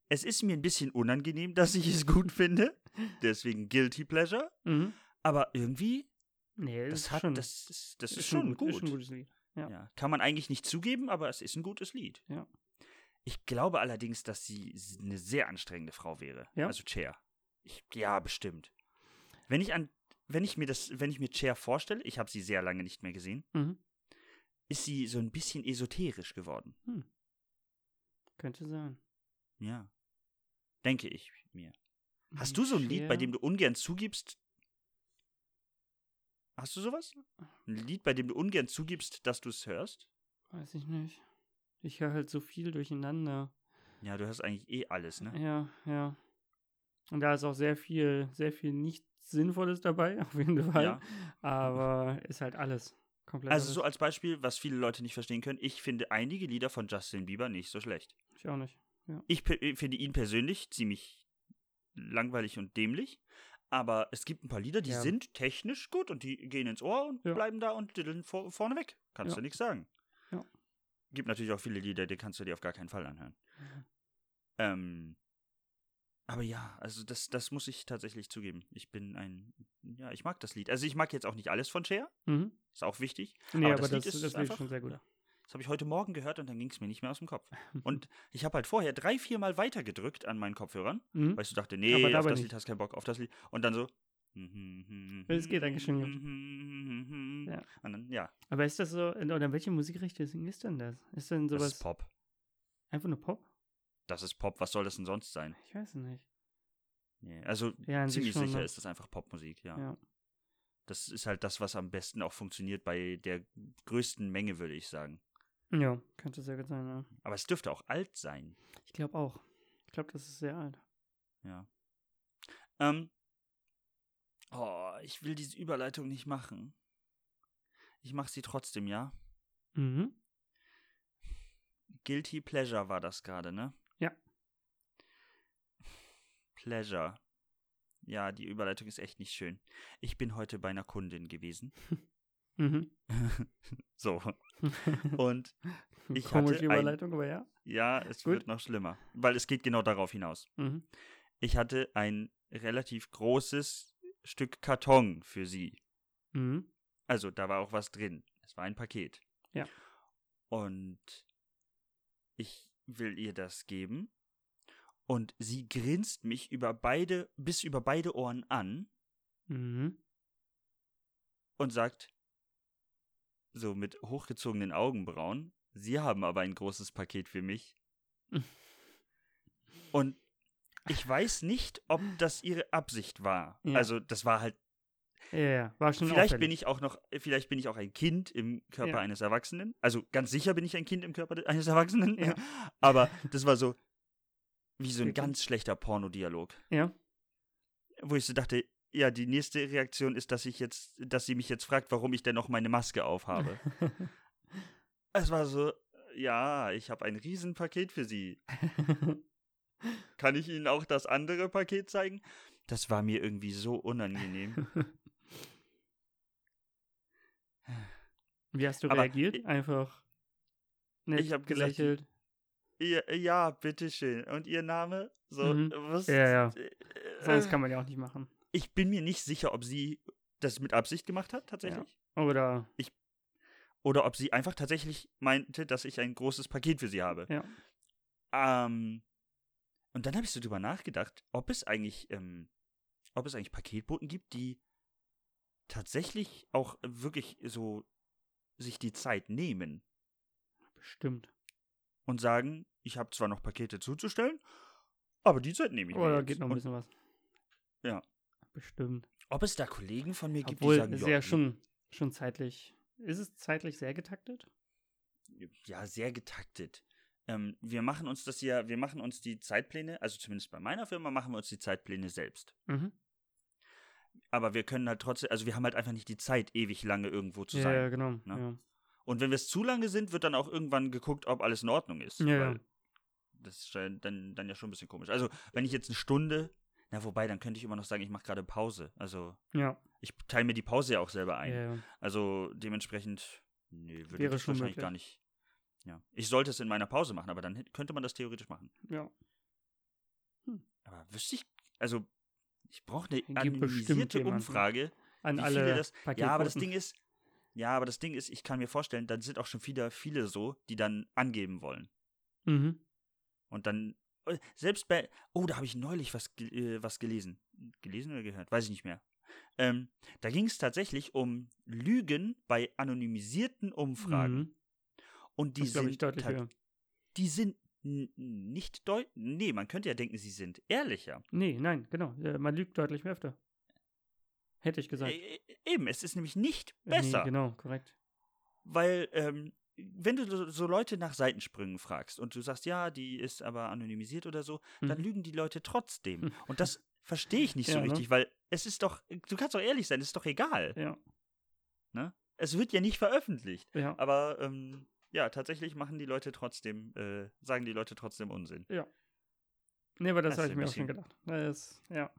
A: es ist mir ein bisschen unangenehm, dass ich es gut finde. Deswegen Guilty Pleasure.
B: Mhm.
A: Aber irgendwie,
B: Nee,
A: das,
B: ist
A: hat,
B: schon,
A: das, ist, das ist,
B: ein
A: schon
B: gut-
A: gut.
B: Ist ein gutes Lied. ja.
A: Ja. Kann man eigentlich nicht zugeben, aber es ist ein gutes Lied.
B: Ja.
A: Ich glaube allerdings, dass sie s- eine sehr anstrengende Frau wäre.
B: Ja?
A: Also Cher. Ich, ja, bestimmt. Wenn ich an, wenn ich mir das, wenn ich mir Cher vorstelle, ich habe sie sehr lange nicht mehr gesehen,
B: Mhm.
A: ist sie so ein bisschen esoterisch geworden.
B: Könnte sein.
A: Ja. Denke ich mir. Hast du so ein Lied, bei
B: Cher-
A: dem du ungern zugibst? Hast du sowas? Ein Lied, bei dem du ungern zugibst, dass du es hörst?
B: Weiß ich nicht. Ich höre halt so viel durcheinander.
A: Ja, du hörst eigentlich eh alles, ne?
B: Ja, ja. Und da ist auch sehr viel, sehr viel nicht Sinnvolles dabei, auf jeden Fall.
A: Ja.
B: Aber ist halt alles. Komplett.
A: Also so
B: alles.
A: als Beispiel, was viele Leute nicht verstehen können, ich finde einige Lieder von Justin Bieber nicht so schlecht.
B: Ich auch nicht.
A: Ich pe- äh, finde ihn persönlich ziemlich langweilig und dämlich, aber es gibt ein paar Lieder, die
B: Ja.
A: sind technisch gut und die gehen ins Ohr und
B: Ja.
A: bleiben da und diddeln vor, vorne weg. Kannst
B: Ja.
A: du nichts sagen.
B: Ja.
A: Gibt natürlich auch viele Lieder, die kannst du dir auf gar keinen Fall anhören.
B: Mhm.
A: Ähm, aber ja, also das, das muss ich tatsächlich zugeben. Ich bin ein, ja, ich mag das Lied. Also ich mag jetzt auch nicht alles von Cher,
B: Mhm.
A: ist auch wichtig.
B: Nee, aber,
A: das Lied
B: das,
A: ist
B: das Lied
A: einfach-
B: ist schon sehr gut.
A: Das habe ich heute Morgen gehört und dann ging es mir nicht mehr aus dem Kopf. Und ich habe halt vorher drei, viermal weitergedrückt an meinen Kopfhörern,
B: Mhm.
A: weil ich so dachte,
B: Aber
A: nee, auf
B: dabei
A: das
B: nicht.
A: Lied hast du keinen Bock, auf das Lied. Und dann so. hm,
B: Es geht eigentlich schon
A: gut.
B: Ja.
A: hm, Und dann, ja,
B: Aber ist das so, in- oder in welche Musikrichtung ist denn das? Ist denn
A: das
B: sowas
A: ist Pop.
B: einfach nur Pop?
A: Das ist Pop, was soll das denn sonst sein?
B: Ich weiß es nicht.
A: Nee. Also
B: Ja, an sich
A: ziemlich
B: schon,
A: sicher
B: ne?
A: ist das einfach Popmusik, ja.
B: Ja.
A: Das ist halt das, was am besten auch funktioniert bei der größten Menge, würde ich sagen.
B: Ja, könnte sehr gut sein, ja.
A: Aber es dürfte auch alt sein,
B: Ich glaube auch. Ich glaube, das ist sehr alt.
A: ja. Ähm, oh, ich will diese Überleitung nicht machen. Ich mache sie trotzdem, ja.
B: Mhm.
A: Guilty Pleasure war das gerade, ne?
B: Ja.
A: Pleasure. Ja, die Überleitung ist echt nicht schön. Ich bin heute bei einer Kundin gewesen.
B: Mhm.
A: So. Und Ich
B: Komische
A: hatte ein-
B: Überleitung, aber ja.
A: ja, es
B: Gut.
A: wird noch schlimmer, weil es geht genau darauf hinaus.
B: Mhm.
A: Ich hatte ein relativ großes Stück Karton für sie.
B: Mhm.
A: Also, da war auch was drin. Es war ein Paket.
B: Ja.
A: Und ich will ihr das geben. Und sie grinst mich über beide, bis über beide Ohren an
B: Mhm.
A: und sagt, so mit hochgezogenen Augenbrauen, Sie haben aber ein großes Paket für mich. und ich weiß nicht, ob das ihre Absicht war.
B: Ja.
A: Also, das war halt
B: Ja, ja, war schon
A: Vielleicht
B: auffällig.
A: bin ich auch noch, vielleicht bin ich auch ein Kind im Körper
B: Ja.
A: eines Erwachsenen. Also ganz sicher bin ich ein Kind im Körper de- eines Erwachsenen.
B: Ja.
A: Aber das war so wie so ein
B: Wirklich?
A: ganz schlechter Pornodialog,
B: Ja.
A: wo ich so dachte, ja, die nächste Reaktion ist, dass ich jetzt, dass sie mich jetzt fragt, warum ich denn noch meine Maske aufhabe. es war so, ja, ich habe ein Riesenpaket für sie. Kann ich Ihnen auch das andere Paket zeigen? Das war mir irgendwie so unangenehm.
B: Wie hast du
A: Aber
B: reagiert?
A: ich-
B: Einfach nett
A: Ich hab gesagt,
B: gelächelt.
A: Ja, ja, bitteschön. Und ihr Name? So,
B: Mhm.
A: was?
B: Ja, ja. Sonst
A: Äh,
B: kann man ja auch nicht machen.
A: ich bin mir nicht sicher, ob sie das mit Absicht gemacht hat, tatsächlich.
B: Oder,
A: Oder ob sie einfach tatsächlich meinte, dass ich ein großes Paket für sie habe.
B: ja.
A: Ähm, und dann habe ich so drüber nachgedacht, ob es eigentlich, ähm, ob es eigentlich Paketboten gibt, die tatsächlich auch wirklich so sich die Zeit nehmen
B: Bestimmt.
A: und sagen, ich habe zwar noch Pakete zuzustellen, aber die Zeit nehme ich mir
B: Oder
A: jetzt.
B: Oh, geht noch ein
A: und
B: bisschen was.
A: Ja.
B: Bestimmt.
A: ob es da Kollegen von mir gibt,
B: Obwohl,
A: die sagen,
B: es ist ja schon, schon zeitlich. Ist es zeitlich sehr getaktet?
A: hm, ja, sehr getaktet. Ähm, wir machen uns das ja, wir machen uns die Zeitpläne, also zumindest bei meiner Firma machen wir uns die Zeitpläne selbst.
B: Mhm.
A: Aber wir können halt trotzdem, also wir haben halt einfach nicht die Zeit, ewig lange irgendwo zu
B: Ja,
A: sein.
B: ja, genau.
A: ne? Und wenn wir es zu lange sind, wird dann auch irgendwann geguckt, ob alles in Ordnung ist.
B: Ja, ja.
A: weil Das ist ja dann, dann ja schon ein bisschen komisch. Also, wenn ich jetzt eine Stunde, na wobei, dann könnte ich immer noch sagen, ich mache gerade Pause. Also,
B: Ja,
A: ich teile mir die Pause ja auch selber
B: ja.
A: ein.
B: ja, ja.
A: Also, dementsprechend, nee, würde
B: Wäre
A: ich das
B: schon
A: wahrscheinlich
B: möglich.
A: gar nicht. Ja. Ich sollte es in meiner Pause machen, aber dann hätt- könnte man das theoretisch machen.
B: ja.
A: Aber wüsste ich, also, ich brauche eine
B: Gibt bestimmt
A: anonymisierte
B: jemanden.
A: Umfrage.
B: An
A: Wie viele
B: alle
A: das-
B: Paketboten.
A: Ja, aber das Ding ist, ja, aber das Ding ist, ich kann mir vorstellen, dann sind auch schon wieder viele so, die dann angeben wollen.
B: Mhm.
A: Und dann, äh, selbst bei, oh, da habe ich neulich was, ge- äh, was gelesen. Gelesen oder gehört? Weiß ich nicht mehr. Ähm, da ging es tatsächlich um Lügen bei anonymisierten Umfragen.
B: Mhm.
A: Und die
B: Das glaube
A: sind, halt-
B: ich deutlich
A: ta-
B: höher.
A: die sind n- nicht deutlich, nee, man könnte ja denken, sie sind ehrlicher.
B: Nee, nein, genau. Äh, Man lügt deutlich mehr öfter. Hätte ich gesagt.
A: Äh, äh, eben, es ist nämlich nicht
B: Äh,
A: besser.
B: Nee, genau, korrekt.
A: Weil, ähm, wenn du so- so Leute nach Seitensprüngen fragst und du sagst, ja, die ist aber anonymisiert oder so, dann
B: Mhm.
A: lügen die Leute trotzdem.
B: Hm.
A: Und das verstehe ich nicht so
B: Ja, ne?
A: richtig, weil es ist doch, du kannst doch ehrlich sein, es ist doch egal.
B: Ja,
A: Es wird ja nicht veröffentlicht.
B: ja.
A: Aber, ähm, ja, tatsächlich machen die Leute trotzdem, äh, sagen die Leute trotzdem Unsinn.
B: Nee, aber das
A: das
B: habe
A: ist
B: ich
A: ein
B: mir auch
A: bisschen-
B: schon gedacht. Das, ja.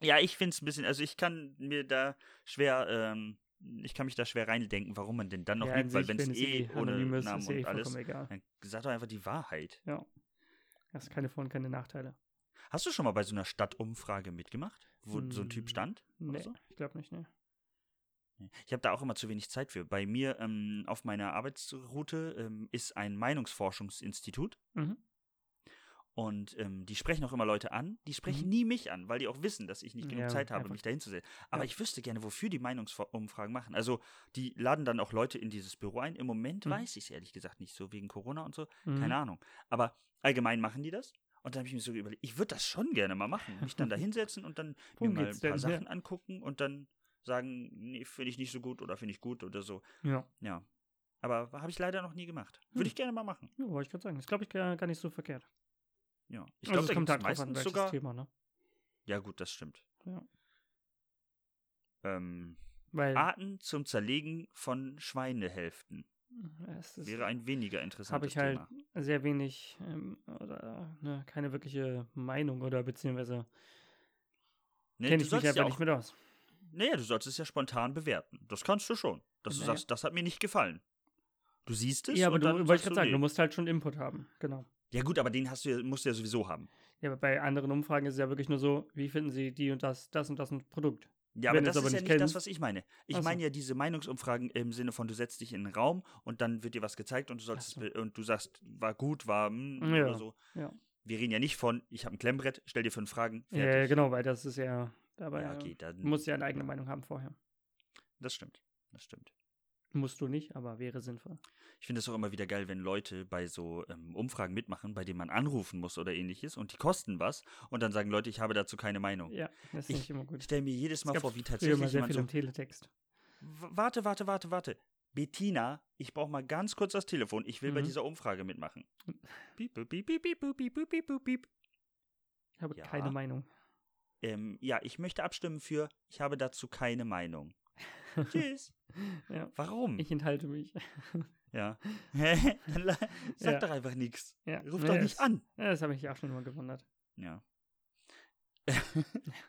A: Ja, ich finde es ein bisschen, also ich kann mir da schwer, ähm, ich kann mich da schwer reindenken, warum man denn dann noch
B: ja, an
A: lügt, weil
B: sich,
A: wenn es eh ohne
B: anonym ist,
A: Namen
B: ist ja eh
A: und alles,
B: vollkommen egal.
A: dann sag doch einfach die Wahrheit.
B: Hast keine Vor- und keine Nachteile.
A: Hast du schon mal bei so einer Stadtumfrage mitgemacht, wo so ein
B: Mm,
A: Typ stand?
B: Nee,
A: so?
B: ich glaube nicht, ne.
A: Ich habe da auch immer zu wenig Zeit für. Bei mir ähm, auf meiner Arbeitsroute ähm, ist ein Meinungsforschungsinstitut
B: Mhm.
A: und ähm, die sprechen auch immer Leute an. Die sprechen
B: Mhm.
A: nie mich an, weil die auch wissen, dass ich nicht genug
B: Ja,
A: Zeit habe,
B: einfach-
A: mich dahin zu setzen. Aber
B: ja.
A: ich wüsste gerne, wofür die Meinungsumfragen machen. Also die laden dann auch Leute in dieses Büro ein. Im Moment
B: Mhm.
A: weiß ich es ehrlich gesagt nicht so, wegen Corona und so.
B: Mhm.
A: Keine Ahnung. Aber allgemein machen die das. Und dann habe ich mir so überlegt, ich würde das schon gerne mal machen. Mich dann da hinsetzen und dann mir
B: Worum
A: mal
B: geht's
A: ein paar
B: denn?
A: Sachen angucken und dann sagen, nee, finde ich nicht so gut oder finde ich gut oder so.
B: Ja,
A: Ja. Aber habe ich leider noch nie gemacht. Würde
B: Hm.
A: ich gerne mal machen.
B: ja wollte ich gerade sagen. Ist, glaube ich, gar, gar nicht so verkehrt.
A: Ja. Ich
B: Also
A: glaube,
B: es
A: da gibt
B: kommt
A: es
B: halt drauf an,
A: meistens
B: welches
A: sogar.
B: Thema, ne?
A: Ja, gut, das stimmt.
B: Ja. Äh.
A: Ähm,
B: Weil
A: Arten zum Zerlegen von Schweinehälften
B: es ist,
A: wäre ein weniger
B: habe
A: interessantes
B: ich halt
A: Thema.
B: sehr wenig ähm, oder ne, keine wirkliche Meinung oder beziehungsweise
A: Nee,
B: kenne
A: du
B: ich mich halt
A: sollst
B: einfach
A: ja
B: nicht
A: auch,
B: mit aus.
A: naja, du sollst es ja spontan bewerten. Das kannst du schon. Dass du
B: Naja.
A: sagst, das hat mir nicht gefallen. Du siehst es
B: Ja, aber
A: und
B: du
A: dann
B: wollte ich
A: sagst
B: gerade sagen,
A: nee.
B: du musst halt schon Input haben, genau.
A: Ja gut, aber den hast du ja, musst du ja sowieso haben.
B: Ja, aber bei anderen Umfragen ist es ja wirklich nur so, wie finden sie die und das, das und das und Produkt.
A: Ja, aber
B: Wenn du
A: das
B: es aber
A: ist ja
B: nicht
A: nicht das,
B: kennst.
A: was ich meine. Ich
B: Ach so.
A: meine ja diese Meinungsumfragen im Sinne von, du setzt dich in einen Raum und dann wird dir was gezeigt und du sollst
B: Ach
A: es
B: so.
A: be- und du sagst, war gut, war mm,
B: Ja,
A: oder so.
B: ja.
A: Wir reden ja nicht von, ich habe ein Klemmbrett, stell dir fünf Fragen,
B: Ja, ja,
A: fertig.
B: genau, weil das ist ja dabei.
A: ja,
B: äh,
A: okay, dann,
B: Du musst ja eine eigene Meinung haben vorher.
A: das stimmt. Das stimmt.
B: Musst du nicht, aber wäre sinnvoll.
A: Ich finde es auch immer wieder geil, wenn Leute bei so ähm, Umfragen mitmachen, bei denen man anrufen muss oder ähnliches und die kosten was und dann sagen Leute, ich habe dazu keine Meinung.
B: Ja, das ist
A: Ich-
B: nicht immer gut.
A: Ich stelle mir jedes Mal
B: gab's
A: vor, wie
B: früher mal
A: tatsächlich
B: sehr
A: jemand
B: viel um
A: so
B: im Teletext.
A: W- Warte, warte, warte, warte. Bettina, ich brauche mal ganz kurz das Telefon. Ich will bei
B: Mhm.
A: dieser Umfrage mitmachen. Piep, piep, piep, piep, piep, piep, piep, piep, piep, piep.
B: Ich habe
A: Ja.
B: keine Meinung.
A: Ähm, ja, ich möchte abstimmen für, ich habe dazu keine Meinung. Tschüss.
B: Ja.
A: Warum?
B: Ich enthalte mich.
A: ja. Hä? Dann la- Sag
B: Ja.
A: doch einfach nichts.
B: Ja.
A: Ruf
B: Ja,
A: doch nicht
B: das,
A: an.
B: Ja, das habe ich auch schon immer gewundert.
A: Ja.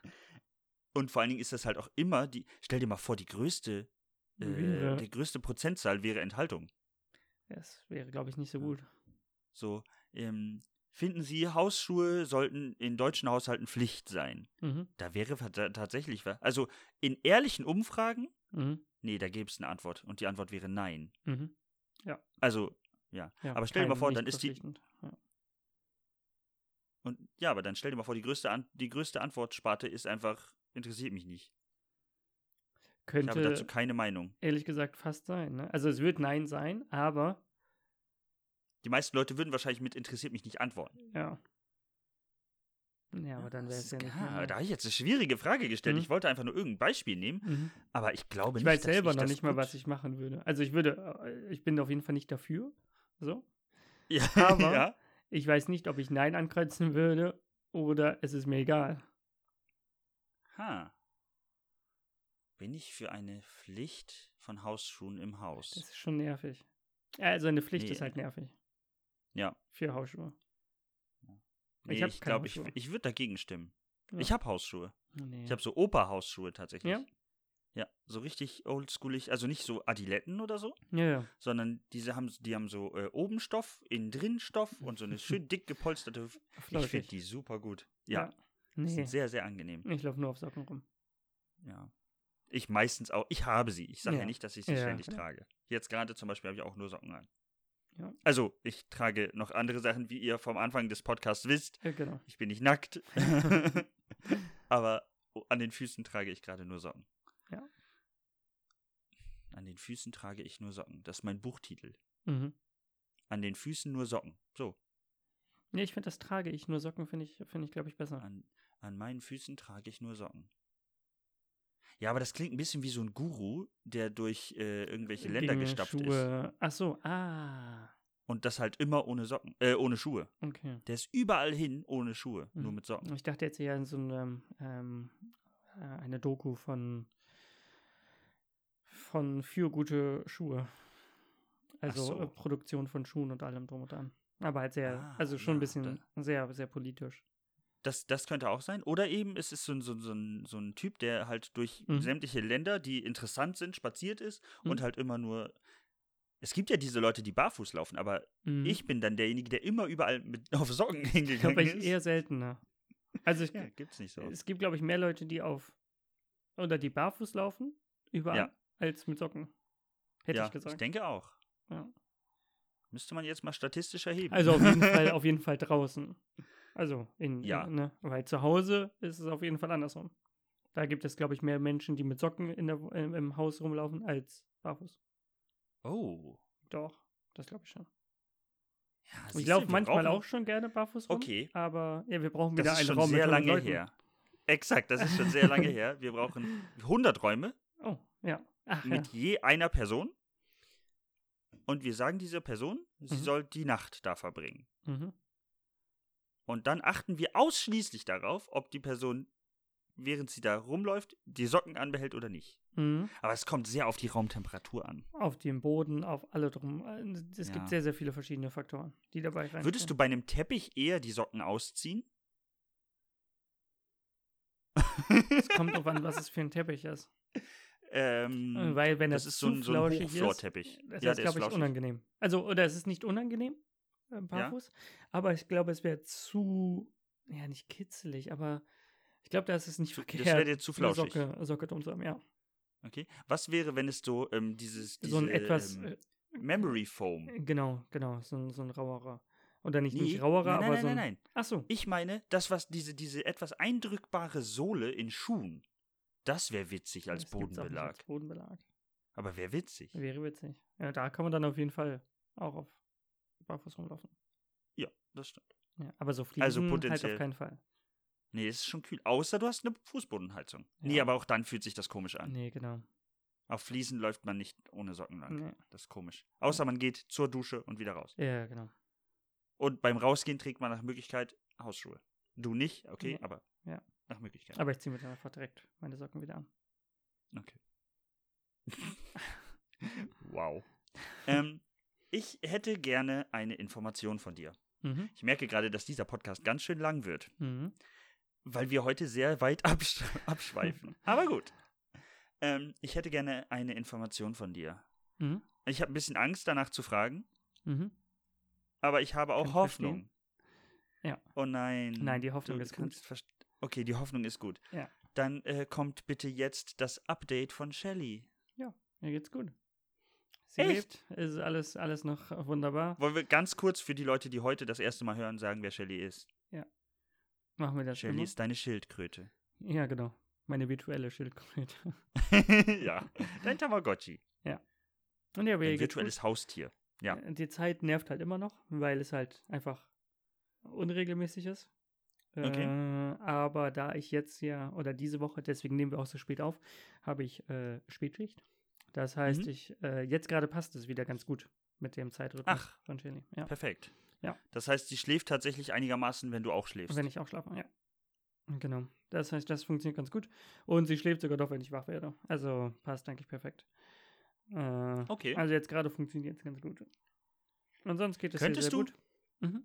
A: Und vor allen Dingen ist das halt auch immer die, stell dir mal vor, die größte Äh, die größte Prozentzahl wäre Enthaltung.
B: Das wäre, glaube ich, nicht so gut.
A: So, ähm, finden Sie, Hausschuhe sollten in deutschen Haushalten Pflicht sein.
B: Mhm.
A: Da wäre vert- tatsächlich was. Also in ehrlichen Umfragen,
B: Mhm.
A: nee, da gäbe es eine Antwort. Und die Antwort wäre nein.
B: Mhm.
A: Also, ja.
B: Ja,
A: Aber stell dir mal
B: kein
A: vor,
B: nicht
A: dann ist die-
B: verpflichtend. Ja.
A: Und ja, aber dann stell dir mal vor, die größte, An die größte Antwortsparte ist einfach, interessiert mich nicht. Ich habe dazu
B: Könnte
A: keine Meinung.
B: ehrlich gesagt fast sein. Ne? Also es wird Nein sein, aber
A: Die meisten Leute würden wahrscheinlich mit interessiert mich nicht antworten.
B: ja. Ja, aber dann wäre
A: Das
B: es
A: ist
B: ja nicht
A: gar-
B: mehr.
A: Da habe ich jetzt eine schwierige Frage gestellt.
B: Mhm.
A: Ich wollte einfach nur irgendein Beispiel nehmen,
B: Mhm.
A: aber ich glaube
B: Ich
A: nicht,
B: weiß
A: dass
B: selber
A: ich
B: noch
A: das
B: nicht mal,
A: gut-
B: was ich machen würde. Also ich würde, äh, ich bin auf jeden Fall nicht dafür. So.
A: Ja,
B: Aber-
A: ja.
B: Ich weiß nicht, ob ich Nein ankreuzen würde oder es ist mir egal.
A: Ha. Bin ich für eine Pflicht von Hausschuhen im Haus?
B: Das ist schon nervig. Also eine Pflicht
A: Nee.
B: ist halt nervig.
A: Ja.
B: Für Hausschuhe.
A: nee,
B: ich hab
A: ich
B: keine
A: glaube, ich,
B: Hausschuhe.
A: ich würde dagegen stimmen.
B: Ja.
A: Ich habe Hausschuhe.
B: Oh, Nee.
A: Ich habe so Opa-Hausschuhe tatsächlich.
B: Ja?
A: Ja, so richtig oldschoolig. Also nicht so Adiletten oder so,
B: ja, ja.
A: sondern diese haben, die haben so äh, oben Stoff, innen drin Stoff und so eine schön dick gepolsterte. F- ich
B: Läufig.
A: finde die super gut. Ja, die
B: Nee.
A: sind sehr, sehr angenehm.
B: Ich laufe nur auf Socken rum.
A: Ja. Ich meistens auch. Ich habe sie. Ich sage ja.
B: Ja.
A: nicht, dass ich sie
B: Ja,
A: ständig
B: ja.
A: trage. Jetzt gerade zum Beispiel habe ich auch nur Socken an.
B: Ja.
A: Also, ich trage noch andere Sachen, wie ihr vom Anfang des Podcasts wisst.
B: Ja, genau.
A: Ich bin nicht nackt. Aber an den Füßen trage ich gerade nur Socken.
B: Ja.
A: An den Füßen trage ich nur Socken. Das ist mein Buchtitel.
B: Mhm.
A: An den Füßen nur Socken. So.
B: Nee, ich finde, das trage ich. Nur Socken finde ich, finde ich glaube ich, besser.
A: An, an meinen Füßen trage ich nur Socken. Ja, aber das klingt ein bisschen wie so ein Guru, der durch äh, irgendwelche Länder
B: Gegen
A: gestapft ist.
B: Schuhe. Ach so, ah.
A: Und das halt immer ohne Socken, äh, ohne Schuhe.
B: Okay.
A: Der ist überall hin ohne Schuhe, nur
B: Mhm.
A: mit Socken.
B: Ich dachte jetzt eher in so einem, ähm, äh, eine Doku von, von für gute Schuhe. Also
A: so.
B: äh, Produktion von Schuhen und allem drum und dran. Aber halt sehr,
A: Ah,
B: also schon
A: ja,
B: ein bisschen sehr, sehr politisch.
A: Das, das könnte auch sein. Oder eben, es ist so, ein- so, ein- so, ein, so ein Typ, der halt durch
B: Mhm.
A: sämtliche Länder, die interessant sind, spaziert ist und
B: Mhm.
A: halt immer nur. Es gibt ja diese Leute, die barfuß laufen, aber
B: Mhm.
A: ich bin dann derjenige, der immer überall mit auf Socken hingegangen
B: glaube ich
A: ist.
B: eher seltener. Also ich,
A: ja, gibt's nicht so.
B: es gibt, glaube ich, mehr Leute, die auf oder die barfuß laufen, überall,
A: Ja.
B: als mit Socken. Hätte
A: ja,
B: ich gesagt.
A: Ich denke auch.
B: Ja.
A: Müsste man jetzt mal statistisch erheben.
B: Also auf jeden Fall, auf jeden Fall draußen. Also in,
A: Ja.
B: ne? Weil zu Hause ist es auf jeden Fall andersrum. Da gibt es, glaube ich, mehr Menschen, die mit Socken in der, im, im Haus rumlaufen, als barfuß.
A: Oh.
B: Doch, das glaube ich schon.
A: Ja,
B: ich
A: siehste,
B: laufe
A: wir
B: manchmal
A: brauchen-
B: auch schon gerne barfuß rum.
A: Okay.
B: Aber ja, wir brauchen wieder
A: Das ist
B: einen
A: schon
B: Raum mit
A: sehr
B: 100
A: lange
B: Leuten.
A: her. Exakt, das ist schon sehr lange her. Wir brauchen 100 Räume
B: Oh, ja. Ach, ja.
A: mit je einer Person. Und wir sagen dieser Person, sie
B: Mhm.
A: soll die Nacht da verbringen.
B: Mhm.
A: Und dann achten wir ausschließlich darauf, ob die Person, während sie da rumläuft, die Socken anbehält oder nicht.
B: Mhm.
A: Aber es kommt sehr auf die Raumtemperatur an.
B: Auf dem Boden, auf alle drum. Es
A: Ja.
B: gibt sehr, sehr viele verschiedene Faktoren, die dabei rein.
A: Würdest du bei einem Teppich eher die Socken ausziehen?
B: Es kommt drauf an, was es für ein Teppich ist.
A: ähm,
B: Weil wenn
A: das
B: es
A: ist so
B: zu
A: ein, so ein
B: flauschig ist,
A: Hochflorteppich.
B: das
A: Ja,
B: ist,
A: der ist
B: glaube ich,
A: flauschig.
B: unangenehm. Also, oder es ist nicht unangenehm, äh, barfuß, aber ich glaube, es wäre zu, ja, nicht kitzelig, aber ich glaube, da ist es nicht
A: Zu- das
B: verkehrt.
A: wäre dir zu
B: eine
A: flauschig.
B: Socke, Socke drum zu haben, ja.
A: Okay. Was wäre, wenn es so ähm, dieses diese,
B: so ein etwas,
A: ähm,
B: äh,
A: Memory Foam?
B: genau, genau, so, ein- so ein rauerer. Oder nicht, nicht
A: Nee,
B: rauerer,
A: nein,
B: aber
A: nein,
B: so ein.
A: nein, nein.
B: Ach so,
A: Ich meine, das was diese diese etwas eindrückbare Sohle in Schuhen. Das wäre witzig als
B: das gibt's auch nicht
A: Bodenbelag.
B: Als Bodenbelag.
A: Aber wäre witzig.
B: Wäre witzig. Ja, da kann man dann auf jeden Fall auch auf Barfuß rumlaufen.
A: Ja, das stimmt.
B: Ja, aber so fliegen
A: Also
B: halt
A: potenziell.
B: auf keinen Fall.
A: Nee, es ist schon kühl. Außer du hast eine Fußbodenheizung. Nee,
B: Ja.
A: aber auch dann fühlt sich das komisch an.
B: Nee, genau.
A: Auf Fliesen läuft man nicht ohne Socken lang.
B: Nee.
A: Das ist komisch. Außer man geht zur Dusche und wieder raus.
B: Ja, genau.
A: Und beim Rausgehen trägt man nach Möglichkeit Hausschuhe. Du nicht, okay,
B: Ja.
A: aber
B: Ja.
A: nach Möglichkeit.
B: Aber ich ziehe mir dann einfach direkt meine Socken wieder an.
A: Okay. wow. ähm, ich hätte gerne eine Information von dir.
B: Mhm.
A: Ich merke gerade, dass dieser Podcast ganz schön lang wird,
B: Mhm.
A: weil wir heute sehr weit absch abschweifen. Aber gut. Ähm, ich hätte gerne eine Information von dir.
B: Mhm.
A: Ich habe ein bisschen Angst, danach zu fragen,
B: Mhm.
A: aber ich habe auch
B: Kann ich
A: Hoffnung.
B: Ja.
A: Oh nein.
B: Nein, die Hoffnung
A: Du
B: ist gut.
A: kannst verst- Okay, die Hoffnung ist gut.
B: Ja.
A: Dann äh, kommt bitte jetzt das Update von Shelly.
B: Mir geht's gut. Sie
A: Echt?
B: lebt, ist alles, alles noch wunderbar.
A: Wollen wir ganz kurz für die Leute, die heute das erste Mal hören, sagen, wer Shelly ist?
B: Machen wir das
A: Shelly
B: immer?
A: ist deine Schildkröte.
B: Ja, genau. Meine virtuelle Schildkröte.
A: ja, dein Tamagotchi.
B: Und ja, mir
A: Dein
B: geht's
A: virtuelles Haustier. ja.
B: Äh, Die Zeit nervt halt immer noch, weil es halt einfach unregelmäßig ist.
A: Okay.
B: Äh, aber da ich jetzt ja, oder diese Woche, deswegen nehmen wir auch so spät auf, habe ich äh, Spätschicht. Das heißt,
A: Mhm.
B: ich, äh, jetzt gerade passt es wieder ganz gut mit dem Zeitrhythmus
A: Ach.
B: von Shelly. Ja.
A: Perfekt.
B: Ja.
A: Das heißt, sie schläft tatsächlich einigermaßen, wenn du auch schläfst.
B: Wenn ich auch schlafe, ja. Genau. Das heißt, das funktioniert ganz gut. Und sie schläft sogar doch, wenn ich wach werde. Also passt eigentlich perfekt. Äh,
A: okay.
B: Also jetzt gerade funktioniert es ganz gut. Und sonst geht es ihr
A: Könntest
B: sehr
A: du-
B: gut. Mhm.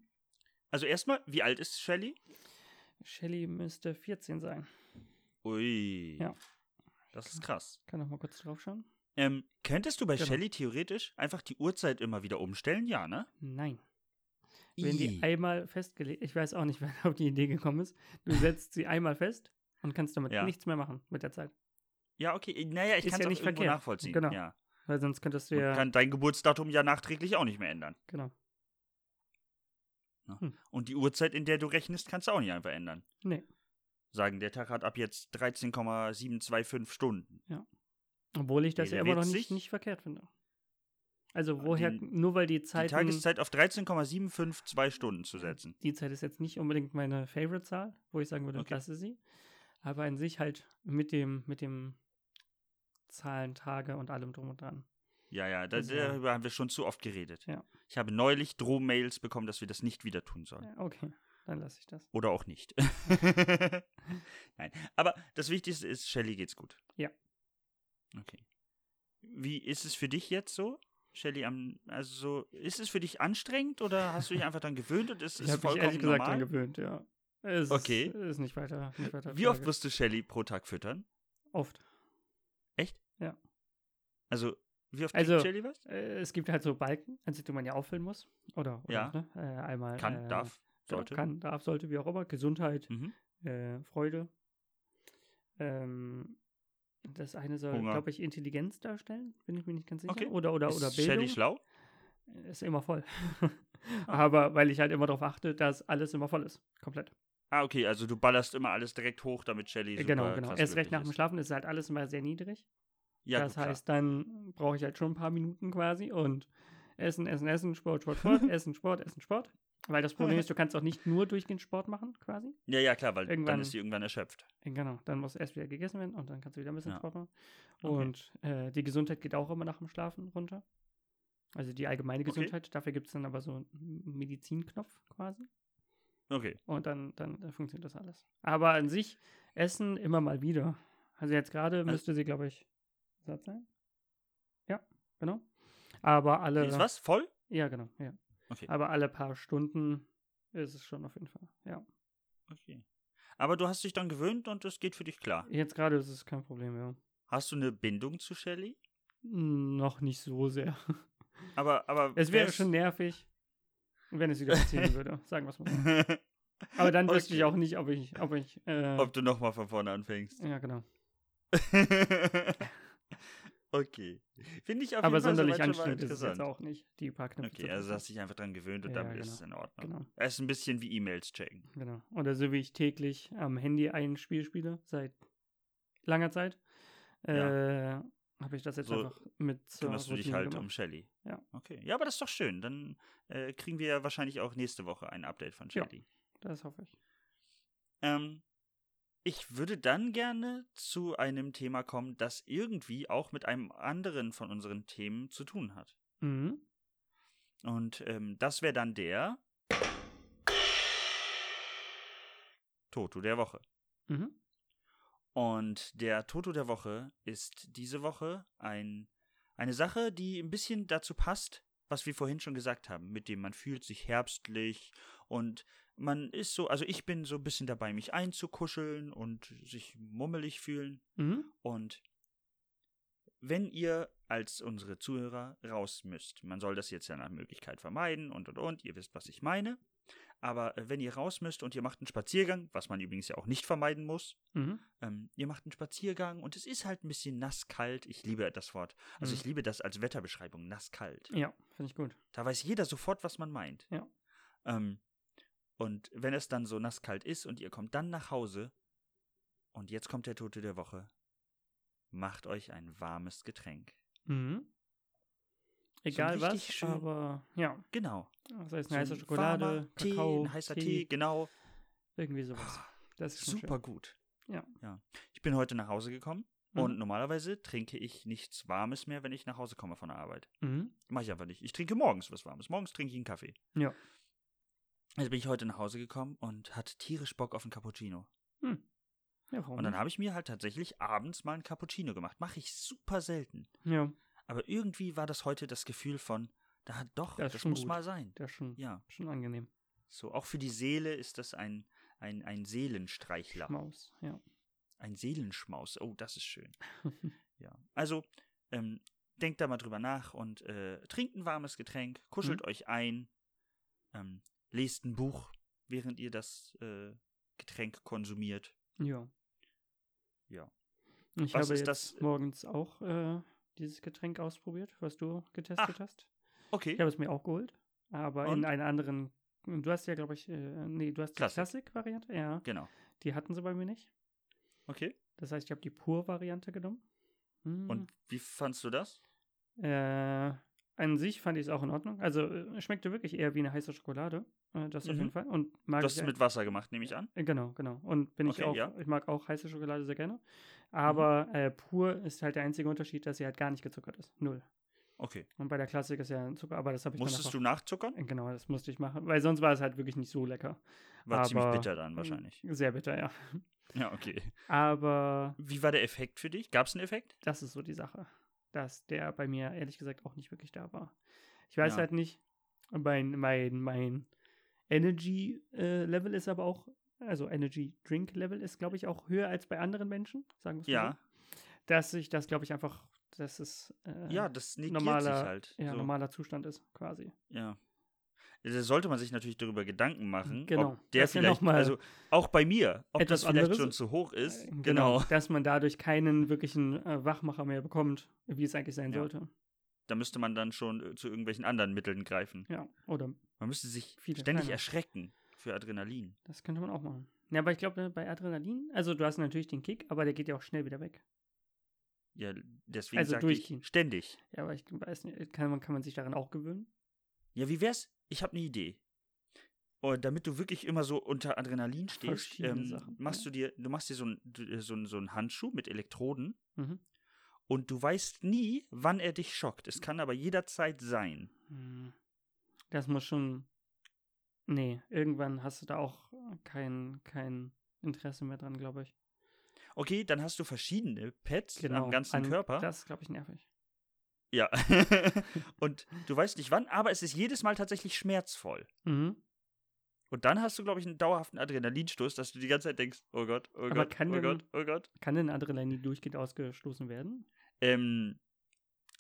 A: Also erstmal, wie alt ist Shelly?
B: Shelly müsste 14 sein.
A: Ui.
B: Ja.
A: Das ist krass.
B: Kann noch mal kurz drauf schauen?
A: Ähm, könntest du bei
B: Genau.
A: Shelly theoretisch einfach die Uhrzeit immer wieder umstellen? Ja, ne?
B: Nein. Wenn
A: Ih.
B: die einmal festgelegt, ich weiß auch nicht, wer auf die Idee gekommen ist, du setzt sie einmal fest und kannst damit
A: Ja.
B: nichts mehr machen mit der Zeit.
A: ja, okay. Naja, ich
B: Ist
A: kann es
B: ja
A: auch
B: nicht
A: irgendwo
B: verkehrt.
A: nachvollziehen.
B: Genau.
A: Ja.
B: Weil sonst könntest du
A: Man
B: ja.
A: kann dein Geburtsdatum ja nachträglich auch nicht mehr ändern.
B: Genau.
A: Und die Uhrzeit, in der du rechnest, kannst du auch nicht einfach ändern.
B: Nee.
A: Sagen, der Tag hat ab jetzt 13,725 Stunden.
B: Obwohl ich das
A: Nee,
B: ja
A: der
B: immer noch
A: wird
B: nicht,
A: sich-
B: nicht verkehrt finde. Also
A: Ja,
B: woher,
A: die-
B: nur weil die Zeit.
A: Die Tageszeit auf 13,752 Stunden zu setzen.
B: die Zeit ist jetzt nicht unbedingt meine Favorite-Zahl, wo ich sagen würde,
A: Okay.
B: das ist sie. Aber an sich halt mit dem, mit dem Zahlen, Tage und allem drum und dran.
A: Ja, ja, da,
B: Also-
A: darüber haben wir schon zu oft geredet.
B: Ja.
A: Ich habe neulich Drohmails bekommen, dass wir das nicht wieder tun sollen.
B: Ja, okay, dann lasse ich das.
A: Oder auch nicht. Nein. Aber das Wichtigste ist, Shelly geht's gut.
B: Ja.
A: Okay. Wie ist es für dich jetzt so? Shelly, am, also so, ist es für dich anstrengend oder hast du dich einfach dann gewöhnt und ist
B: Ich
A: es
B: habe mich
A: vollkommen
B: ehrlich gesagt
A: normal?
B: dran gewöhnt, ja. Es
A: Okay.
B: Ist, ist nicht weiter. Nicht weiter
A: Wie oft
B: Frage.
A: wirst du Shelly pro Tag füttern?
B: Oft.
A: Also, wie oft
B: Also,
A: kriegt Shelly was?
B: Äh, es gibt halt so Balken, also die man ja auffüllen muss. Oder, oder
A: Ja.
B: ne? äh, einmal.
A: Kann,
B: äh,
A: darf,
B: genau,
A: sollte.
B: Kann, darf, sollte, wie auch immer. Gesundheit,
A: Mhm.
B: äh, Freude. Ähm, das eine soll,
A: Hunger.
B: glaube ich, Intelligenz darstellen, bin ich mir nicht ganz sicher.
A: Okay.
B: Oder, oder, oder
A: ist Shelly
B: Bildung.
A: schlau?
B: Ist immer voll. Aber weil ich halt immer darauf achte, dass alles immer voll ist. Komplett.
A: Ah, okay, also du ballerst immer alles direkt hoch, damit Shelly
B: Äh,
A: super
B: genau, genau.
A: krass
B: Erst
A: glücklich
B: recht nach dem
A: ist.
B: Schlafen ist halt alles immer sehr niedrig.
A: Ja,
B: das
A: gut, klar.
B: heißt, dann brauche ich halt schon ein paar Minuten quasi und Essen, Essen, Essen, Sport, Sport, Sport, Essen, Sport, Essen, Sport. Weil das Problem ist, du kannst auch nicht nur durchgehend Sport machen quasi.
A: Ja, ja, klar, weil dann
B: Irgendwann-
A: ist sie irgendwann erschöpft.
B: Äh, Genau, dann muss erst wieder gegessen werden und dann kannst du wieder ein bisschen
A: Ja.
B: Sport machen.
A: Okay.
B: Und äh, die Gesundheit geht auch immer nach dem Schlafen runter. Also die allgemeine
A: Okay.
B: Gesundheit. Dafür gibt es dann aber so einen Medizinknopf quasi.
A: Okay.
B: Und dann, dann, dann funktioniert das alles. Aber an sich, Essen immer mal wieder. Also jetzt gerade müsste sie, glaube ich, satt sein. Ja, genau. Aber alle.
A: Sie ist was? Voll?
B: Ja, genau. Ja.
A: Okay.
B: Aber alle paar Stunden ist es schon auf jeden Fall. Ja.
A: Okay. Aber du hast dich dann gewöhnt und es geht für dich klar.
B: Jetzt gerade ist es kein Problem, ja.
A: Hast du eine Bindung zu Shelly?
B: Noch nicht so sehr.
A: Aber, aber.
B: Es wäre
A: wär's-
B: schon nervig, wenn es wieder passieren würde, sagen wir es mal so. Aber dann wüsste ich
A: Okay.
B: auch nicht, ob ich, ob ich, äh,
A: Ob du nochmal von vorne anfängst.
B: ja genau.
A: okay. Finde ich auf
B: Aber
A: jeden Fall
B: sonderlich
A: soweit schon mal
B: anstrengend ist es jetzt
A: interessant.
B: auch nicht, die paar Knöpfe zu
A: Okay, also
B: drücken.
A: hast dich einfach dran gewöhnt und
B: Ja,
A: damit ist es
B: genau.
A: in Ordnung.
B: Genau,
A: Es ist ein bisschen wie E-Mails checken.
B: genau. Oder so wie ich täglich am Handy ein Spiel spiele, seit langer Zeit, äh, habe ich das jetzt
A: So
B: einfach mit zur
A: Kümmerst du dich
B: Routine
A: halt
B: gemacht.
A: um Shelly.
B: Ja.
A: Okay. Ja, aber das ist doch schön. Dann äh, kriegen wir ja wahrscheinlich auch nächste Woche ein Update von
B: Ja.
A: Shelly.
B: Das hoffe ich.
A: Ähm, ich würde dann gerne zu einem Thema kommen, das irgendwie auch mit einem anderen von unseren Themen zu tun hat.
B: Mhm.
A: Und ähm, das wäre dann der Toto der Woche.
B: Mhm.
A: Und der Toto der Woche ist diese Woche ein, eine Sache, die ein bisschen dazu passt, was wir vorhin schon gesagt haben, mit dem man fühlt sich herbstlich und man ist so, also ich bin so ein bisschen dabei, mich einzukuscheln und sich mummelig fühlen.
B: Mhm.
A: Und wenn ihr als unsere Zuhörer raus müsst, man soll das jetzt ja nach Möglichkeit vermeiden und und und, ihr wisst, was ich meine. Aber äh, wenn ihr raus müsst und ihr macht einen Spaziergang, was man übrigens ja auch nicht vermeiden muss,
B: Mhm.
A: ähm, ihr macht einen Spaziergang und es ist halt ein bisschen nasskalt. Ich liebe das Wort. Also
B: Mhm.
A: ich liebe das als Wetterbeschreibung, nasskalt.
B: Ja, finde ich gut.
A: Da weiß jeder sofort, was man meint.
B: Ja.
A: Ähm, und wenn es dann so nasskalt ist und ihr kommt dann nach Hause, und jetzt kommt der Tote der Woche, macht euch ein warmes Getränk.
B: Mhm. Egal was,
A: richtig schön-
B: aber ja,
A: Genau.
B: sei es
A: So
B: eine heiße
A: ein
B: Schokolade,
A: warmer
B: Kakao,
A: Tee, ein heißer Tee, genau.
B: irgendwie sowas. Das ist schon
A: Super gut.
B: Ja.
A: ja. Ich bin heute nach Hause gekommen
B: Mhm.
A: und normalerweise trinke ich nichts Warmes mehr, wenn ich nach Hause komme von der Arbeit.
B: Schön. Mhm.
A: Mach ich einfach nicht. Ich trinke morgens was Warmes. Morgens trinke ich einen Kaffee.
B: Ja.
A: Also bin ich heute nach Hause gekommen und hatte tierisch Bock auf einen Cappuccino.
B: Ja, warum?
A: Und dann
B: nicht?
A: habe ich mir halt tatsächlich abends mal einen Cappuccino gemacht. Mache ich super selten.
B: Ja,
A: Aber irgendwie war das heute das Gefühl von, da hat doch,
B: Das
A: das,
B: ist schon
A: muss
B: gut.
A: mal sein.
B: das ist schon,
A: Ja,
B: schon angenehm.
A: so auch für die Seele ist das ein, ein, ein Seelenstreichler.
B: Maus, ja.
A: Ein Seelenschmaus. Oh, das ist schön. ja. Also, ähm, denkt da mal drüber nach und äh, trinkt ein warmes Getränk, kuschelt
B: Mhm.
A: euch ein, ähm, lest ein Buch, während ihr das äh, Getränk konsumiert.
B: Ja.
A: Ja.
B: Ich
A: Was
B: habe
A: ist
B: jetzt
A: das-
B: morgens auch äh, dieses Getränk ausprobiert, was du getestet hast.
A: Okay.
B: Ich habe es mir auch geholt, aber in
A: Und?
B: einer anderen. Du hast ja, glaube ich, äh, nee, du hast die
A: Klassik.
B: Klassik-Variante, ja.
A: Genau.
B: Die hatten sie bei mir nicht.
A: Okay.
B: Das heißt, ich habe die Pur-Variante genommen. Hm.
A: Und wie fandst du das?
B: Äh, an sich fand ich es auch in Ordnung. Also äh, schmeckte wirklich eher wie eine heiße Schokolade. Äh, das auf
A: Mhm.
B: jeden Fall. Und mag
A: Du hast
B: ich
A: es
B: ein-
A: mit Wasser gemacht, nehme ich an.
B: äh, Genau, genau. Und bin ich
A: Okay,
B: auch,
A: ja. Mhm.
B: ich mag auch heiße Schokolade sehr gerne. Aber äh, pur ist halt der einzige Unterschied, dass sie halt gar nicht gezuckert ist. Null.
A: Okay.
B: Und bei der Klassik ist ja ein Zucker, aber das habe ich dann
A: Musstest du
B: einfach-
A: nachzuckern?
B: Äh, Genau, das musste ich machen, weil sonst war es halt wirklich nicht so lecker.
A: War ziemlich
B: aber- ähm,
A: bitter dann wahrscheinlich.
B: Sehr bitter, ja.
A: Ja, okay.
B: Aber
A: Wie war der Effekt für dich? Gab es einen Effekt?
B: das ist so die Sache, dass der bei mir ehrlich gesagt auch nicht wirklich da war. Ich weiß
A: Ja.
B: halt nicht, mein, mein, mein Energy-Level ist aber auch, also Energy-Drink-Level ist, glaube ich, auch höher als bei anderen Menschen, sagen wir es mal
A: Ja.
B: so. Dass ich das, glaube ich, einfach, dass es äh,
A: Ja, das negiert
B: normaler,
A: sich halt.
B: ja,
A: so.
B: normaler Zustand ist, quasi.
A: Ja. Da sollte man sich natürlich darüber Gedanken machen,
B: Genau,
A: ob der
B: das ist ja
A: vielleicht,
B: noch mal
A: also auch bei mir, ob
B: etwas
A: das vielleicht
B: anderes.
A: schon zu hoch ist.
B: Äh,
A: Genau.
B: Dass man dadurch keinen wirklichen äh, Wachmacher mehr bekommt, wie es eigentlich sein
A: Ja.
B: sollte.
A: Da müsste man dann schon äh, zu irgendwelchen anderen Mitteln greifen.
B: Ja, oder
A: Man müsste sich
B: Viele
A: ständig
B: kleine.
A: erschrecken für Adrenalin.
B: Das könnte man auch machen. Ja, aber ich glaube, bei Adrenalin, also du hast natürlich den Kick, aber der geht ja auch schnell wieder weg.
A: Ja, deswegen
B: Also
A: sage ich
B: durchgehen.
A: ständig.
B: Ja, aber ich weiß nicht, kann man, kann man sich daran auch gewöhnen?
A: Ja, wie wär's? Ich habe eine Idee. Und damit du wirklich immer so unter Adrenalin stehst,
B: Verschiedene
A: ähm,
B: Sachen,
A: machst du
B: ja.
A: dir, du machst dir so einen so ein- so ein Handschuh mit Elektroden
B: Mhm.
A: und du weißt nie, wann er dich schockt. Es kann aber jederzeit sein.
B: Hm. Das muss schon. Nee, irgendwann hast du da auch kein, kein Interesse mehr dran, glaube ich. Genau.
A: Okay, dann hast du verschiedene Pads am ganzen
B: An-
A: Körper.
B: Das ist, glaube ich, nervig.
A: Ja. und du weißt nicht wann, aber es ist jedes Mal tatsächlich schmerzvoll.
B: Mhm.
A: Und dann hast du, glaube ich, einen dauerhaften Adrenalinstoß, dass du die ganze Zeit denkst, oh Gott, oh
B: Aber
A: Gott,
B: kann
A: oh
B: denn-
A: Gott, oh Gott.
B: Kann denn Adrenalin durchgehend ausgestoßen werden?
A: Ähm,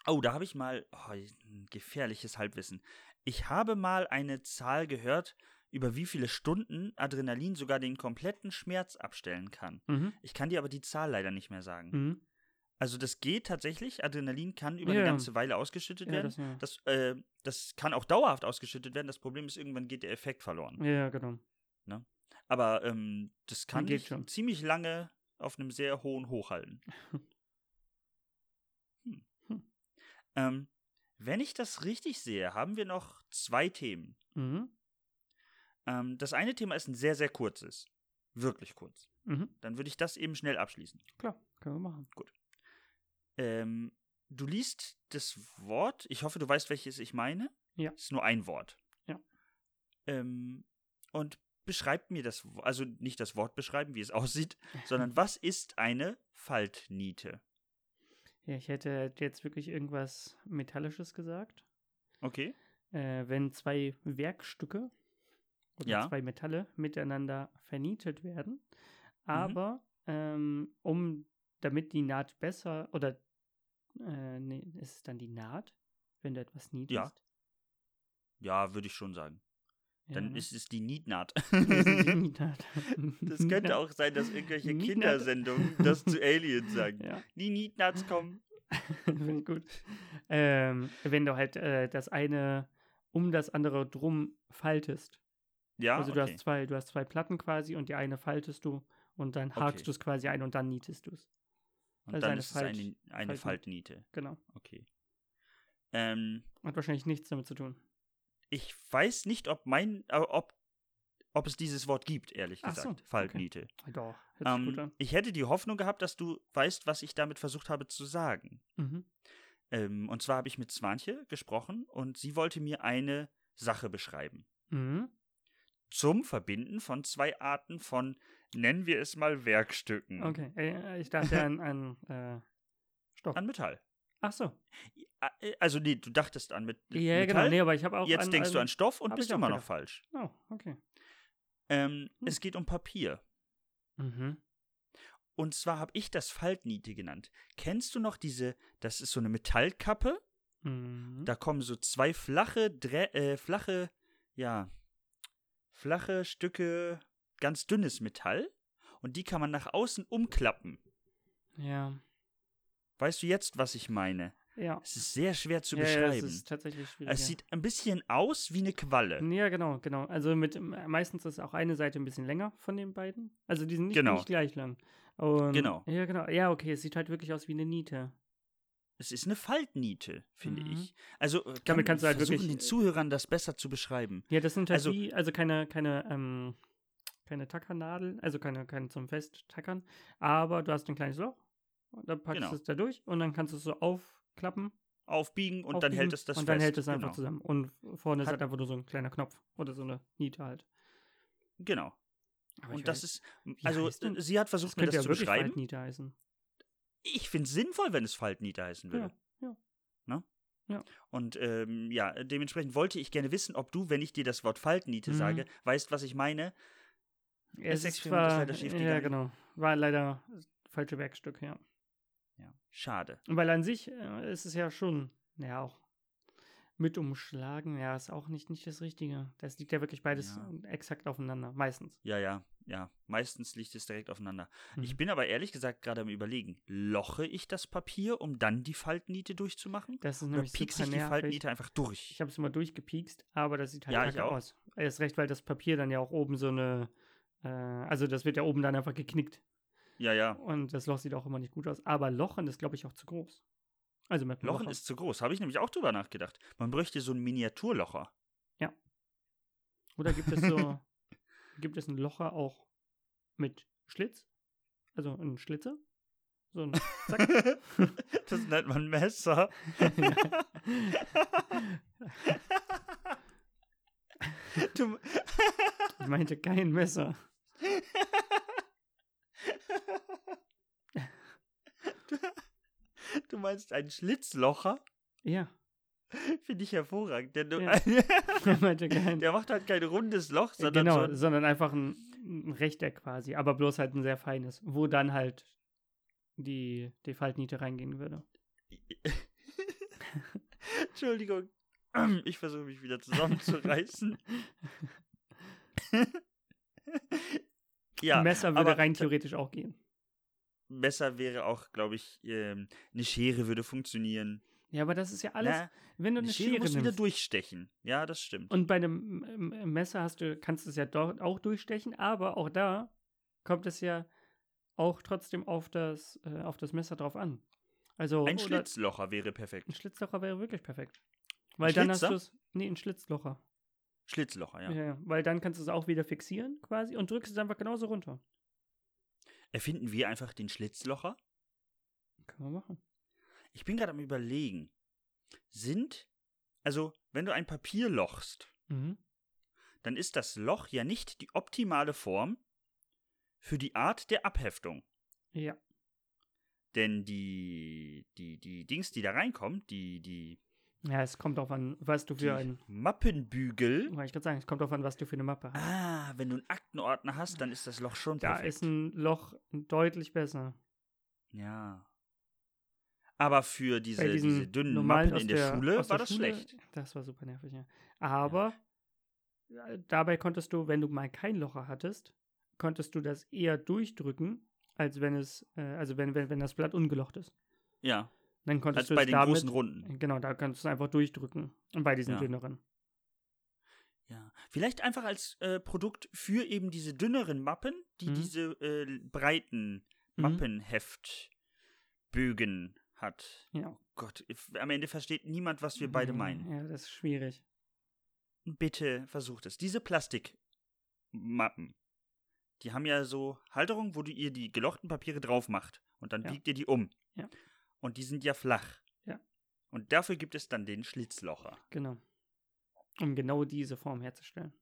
A: oh, da habe ich mal oh, ein gefährliches Halbwissen. Ich habe mal eine Zahl gehört, über wie viele Stunden Adrenalin sogar den kompletten Schmerz abstellen kann.
B: Mhm.
A: Ich kann dir aber die Zahl leider nicht mehr sagen.
B: Mhm.
A: Also das geht tatsächlich. Adrenalin kann über
B: Ja.
A: eine ganze Weile ausgeschüttet
B: Ja,
A: werden.
B: das, ja.
A: Das, äh, das kann auch dauerhaft ausgeschüttet werden. Das Problem ist, irgendwann geht der Effekt verloren.
B: ja, genau.
A: Aber ähm, das kann
B: geht
A: dich
B: schon.
A: ziemlich lange auf einem sehr hohen Hoch halten. Hm.
B: Hm.
A: Ähm, wenn ich das richtig sehe, haben wir noch zwei Themen.
B: Mhm.
A: Ähm, das eine Thema ist ein sehr, sehr kurzes. Wirklich kurz.
B: Mhm.
A: Dann würde ich das eben schnell abschließen.
B: Klar, können wir machen.
A: Ähm, du liest das Wort. Ich hoffe, du weißt, welches ich meine.
B: Ja.
A: Es ist nur ein Wort.
B: Ja.
A: Ähm, und beschreibt mir das, Wo- also nicht das Wort beschreiben, wie es aussieht, sondern was ist eine Faltniete?
B: Ja, ich hätte jetzt wirklich irgendwas Metallisches gesagt.
A: Okay.
B: äh, wenn zwei Werkstücke oder
A: Ja. Mhm.
B: zwei Metalle miteinander vernietet werden. Aber ähm, um damit die Naht besser oder Äh, nee, ist es dann die Naht, wenn du etwas nietest?
A: Ja. Ja, würde ich schon sagen. Dann
B: Ja.
A: ist es die Nietnaht.
B: Das ist die Naht.
A: Das könnte auch sein, dass irgendwelche
B: Nietnaht.
A: Kindersendungen das zu Aliens sagen.
B: Ja,
A: Die Nietnats kommen.
B: finde ich gut. Ähm, wenn du halt äh, das eine um das andere drum faltest.
A: Ja,
B: also du
A: Ah, okay.
B: hast zwei, du hast zwei Platten quasi und die eine faltest du und dann hakst
A: Okay.
B: du es quasi ein und dann nietest du es.
A: Und
B: also
A: dann
B: eine
A: ist
B: Falt-
A: es eine, eine
B: Faltniete.
A: Faltniete.
B: Genau.
A: Okay. Ähm,
B: Hat wahrscheinlich nichts damit zu tun.
A: ich weiß nicht, ob mein, äh, ob, ob es dieses Wort gibt, ehrlich
B: Ach so,
A: gesagt.
B: okay.
A: Faltniete.
B: Doch, hört sich gut
A: Ähm,
B: an.
A: ich hätte die Hoffnung gehabt, dass du weißt, was ich damit versucht habe zu sagen.
B: Mhm.
A: Ähm, und zwar habe ich mit Swanche gesprochen und sie wollte mir eine Sache beschreiben.
B: Mhm.
A: Zum Verbinden von zwei Arten von, nennen wir es mal, Werkstücken
B: Okay, äh, ich dachte an, an äh, Stoff.
A: an Metall.
B: Ach so.
A: Äh, Also nee, du dachtest an mit
B: Ja, ja, genau.
A: Metall,
B: Nee, aber ich habe auch
A: jetzt
B: an,
A: denkst du an Stoff und
B: hab
A: bist
B: ich auch
A: immer noch
B: gedacht.
A: falsch.
B: Oh, okay.
A: Ähm,
B: Hm.
A: Es geht um Papier.
B: Mhm.
A: Und zwar habe ich das Faltniete genannt. Kennst du noch diese, das ist so eine Metallkappe,
B: Mhm.
A: da kommen so zwei flache, Drä äh, flache, ja, flache Stücke, ganz dünnes Metall und die kann man nach außen umklappen.
B: Ja.
A: Weißt du jetzt, was ich meine?
B: Ja.
A: Es ist sehr schwer zu
B: ja, Ja,
A: beschreiben.
B: das ist tatsächlich schwierig.
A: es
B: ja.
A: sieht ein bisschen aus wie eine Qualle.
B: Ja, genau, genau. Also mit meistens ist auch eine Seite ein bisschen länger von den beiden. Also die sind nicht,
A: Genau.
B: nicht gleich lang. Und,
A: Genau.
B: Ja, genau. Ja, okay, es sieht halt wirklich aus wie eine Niete.
A: Es ist eine Faltniete, finde
B: Mhm.
A: ich. Also äh, kann,
B: Damit kannst du halt
A: versuchen,
B: wirklich-
A: den Zuhörern das besser zu beschreiben.
B: Ja, das sind halt
A: Also-
B: wie, also keine, keine, ähm, keine Tackernadel, also keine, keine zum Festtackern, aber du hast ein kleines Loch, und dann packst
A: Genau.
B: du es da durch und dann kannst du es so aufklappen.
A: Aufbiegen und dann
B: aufbiegen
A: hält es das
B: Und
A: fest.
B: dann hält es einfach
A: genau.
B: zusammen. Und vorne ist
A: Hat-
B: halt einfach nur so ein kleiner Knopf oder so eine Niete halt.
A: Genau.
B: Aber ich
A: Und das
B: weiß-
A: ist, also
B: heißt denn-
A: äh, sie hat versucht, mir das
B: könnte
A: zu
B: ja wirklich
A: beschreiben.
B: Waldniete heißen.
A: Ich finde es sinnvoll, wenn es Faltniete heißen würde.
B: Ja,
A: Ne?
B: Ja.
A: Und ähm, ja, dementsprechend wollte ich gerne wissen, ob du, wenn ich dir das Wort Faltniete
B: Mhm.
A: sage, weißt, was ich meine.
B: Ja,
A: Das
B: es ist
A: Experiment ist
B: zwar-
A: leider schiefgegangen.
B: Ja, genau. War leider das falsche Werkstück, ja.
A: Ja. Schade.
B: Weil an sich äh, ist es ja schon, ja, auch mit umschlagen, ja, ist auch nicht, nicht das Richtige. Das liegt ja wirklich beides
A: Ja.
B: äh, exakt aufeinander, meistens.
A: Ja, ja, ja. Meistens liegt es direkt aufeinander. Ich
B: Mhm.
A: bin aber ehrlich gesagt gerade am Überlegen, loche ich das Papier, um dann die Faltniete durchzumachen?
B: Das ist
A: Oder
B: nämlich
A: piekse
B: super
A: ich die
B: nervig.
A: Faltniete einfach durch?
B: Ich habe es immer durchgepiekst, aber das sieht halt
A: Ja, ich
B: kacke
A: auch.
B: aus. Erst recht, weil das Papier dann ja auch oben so eine, äh, also das wird ja oben dann einfach geknickt.
A: ja, ja.
B: Und das Loch sieht auch immer nicht gut aus. Aber Lochen ist, glaube ich, auch zu groß. Also mit einem
A: Lochen
B: Locher.
A: ist zu groß. Habe ich nämlich auch drüber nachgedacht. Man bräuchte so einen Miniaturlocher.
B: Oder gibt es so, gibt es einen Locher auch mit Schlitz? Also einen Schlitzer? So ein,
A: Das nennt man Messer. Du,
B: ich meinte kein Messer.
A: du meinst einen Schlitzlocher?
B: Ja,
A: Finde ich hervorragend. Denn du,
B: Ja. ich meinte kein.
A: der macht halt kein rundes Loch,
B: äh,
A: sondern
B: genau,
A: so.
B: sondern einfach ein, ein Rechteck quasi, aber bloß halt ein sehr feines, wo dann halt die, die Faltniete reingehen würde.
A: Entschuldigung. Ich versuche mich wieder zusammenzureißen. ja,
B: ein Messer würde
A: aber-
B: rein theoretisch auch gehen.
A: Messer wäre auch, glaube ich, ähm, eine Schere würde funktionieren.
B: Ja, aber das ist ja alles,
A: Na,
B: wenn du
A: eine
B: eine
A: Schere,
B: Schere,
A: muss wieder
B: nimmst,
A: durchstechen. Ja, das stimmt.
B: Und bei einem ähm, ähm, Messer hast du, kannst du es ja dort auch durchstechen, aber auch da kommt es ja auch trotzdem auf das, äh, auf das Messer drauf an. Also
A: Ein
B: oder-
A: Schlitzlocher wäre perfekt.
B: Ein Schlitzlocher wäre wirklich perfekt. Weil dann hast
A: Schlitzer?
B: du es. Nee, ein Schlitzlocher.
A: Schlitzlocher, ja.
B: Ja. Ja, weil dann kannst du es auch wieder fixieren quasi und drückst es einfach genauso runter.
A: Erfinden wir einfach den Schlitzlocher?
B: Können wir machen.
A: Ich bin gerade am überlegen. Sind, also, wenn du ein Papier lochst,
B: Mhm.
A: dann ist das Loch ja nicht die optimale Form für die Art der Abheftung.
B: Ja.
A: Denn die, die, die Dings, die da reinkommen, die, die,
B: Ja, es kommt drauf an, was du
A: die
B: für ein.
A: Mappenbügel.
B: Wollte ich gerade sagen, es kommt drauf an, was du für eine Mappe hast.
A: Ah, wenn du einen Aktenordner hast, dann ist das Loch schon
B: da
A: perfekt.
B: ist ein Loch deutlich besser.
A: ja. Aber für diese,
B: Bei diesen
A: diese dünnen
B: normalen
A: Mappen
B: aus
A: in der, Schule war
B: aus der
A: das
B: Schule,
A: schlecht.
B: Das war super nervig, ja. Aber äh, dabei konntest du, wenn du mal kein Locher hattest, konntest du das eher durchdrücken, als wenn es, äh, also wenn, wenn, wenn das Blatt ungelocht ist.
A: Ja,
B: Dann konntest
A: als
B: du
A: bei
B: es
A: den
B: damit,
A: großen Runden.
B: Genau, da kannst du es einfach durchdrücken. Und bei diesen
A: Ja.
B: dünneren. Mhm.
A: Ja. Vielleicht einfach als äh, Produkt für eben diese dünneren Mappen, die
B: Mhm.
A: diese äh, breiten
B: Mhm.
A: Mappenheftbögen hat.
B: Ja.
A: Gott, if- am Ende versteht niemand, was wir beide
B: Nee,
A: meinen.
B: Ja, das ist schwierig.
A: Bitte versucht es. Diese Plastikmappen, die haben ja so Halterungen, wo du ihr die gelochten Papiere drauf macht und dann
B: Ja.
A: biegt ihr die um.
B: Ja.
A: Und die sind ja flach.
B: Ja.
A: Und dafür gibt es dann den Schlitzlocher.
B: Genau. Um genau diese Form herzustellen.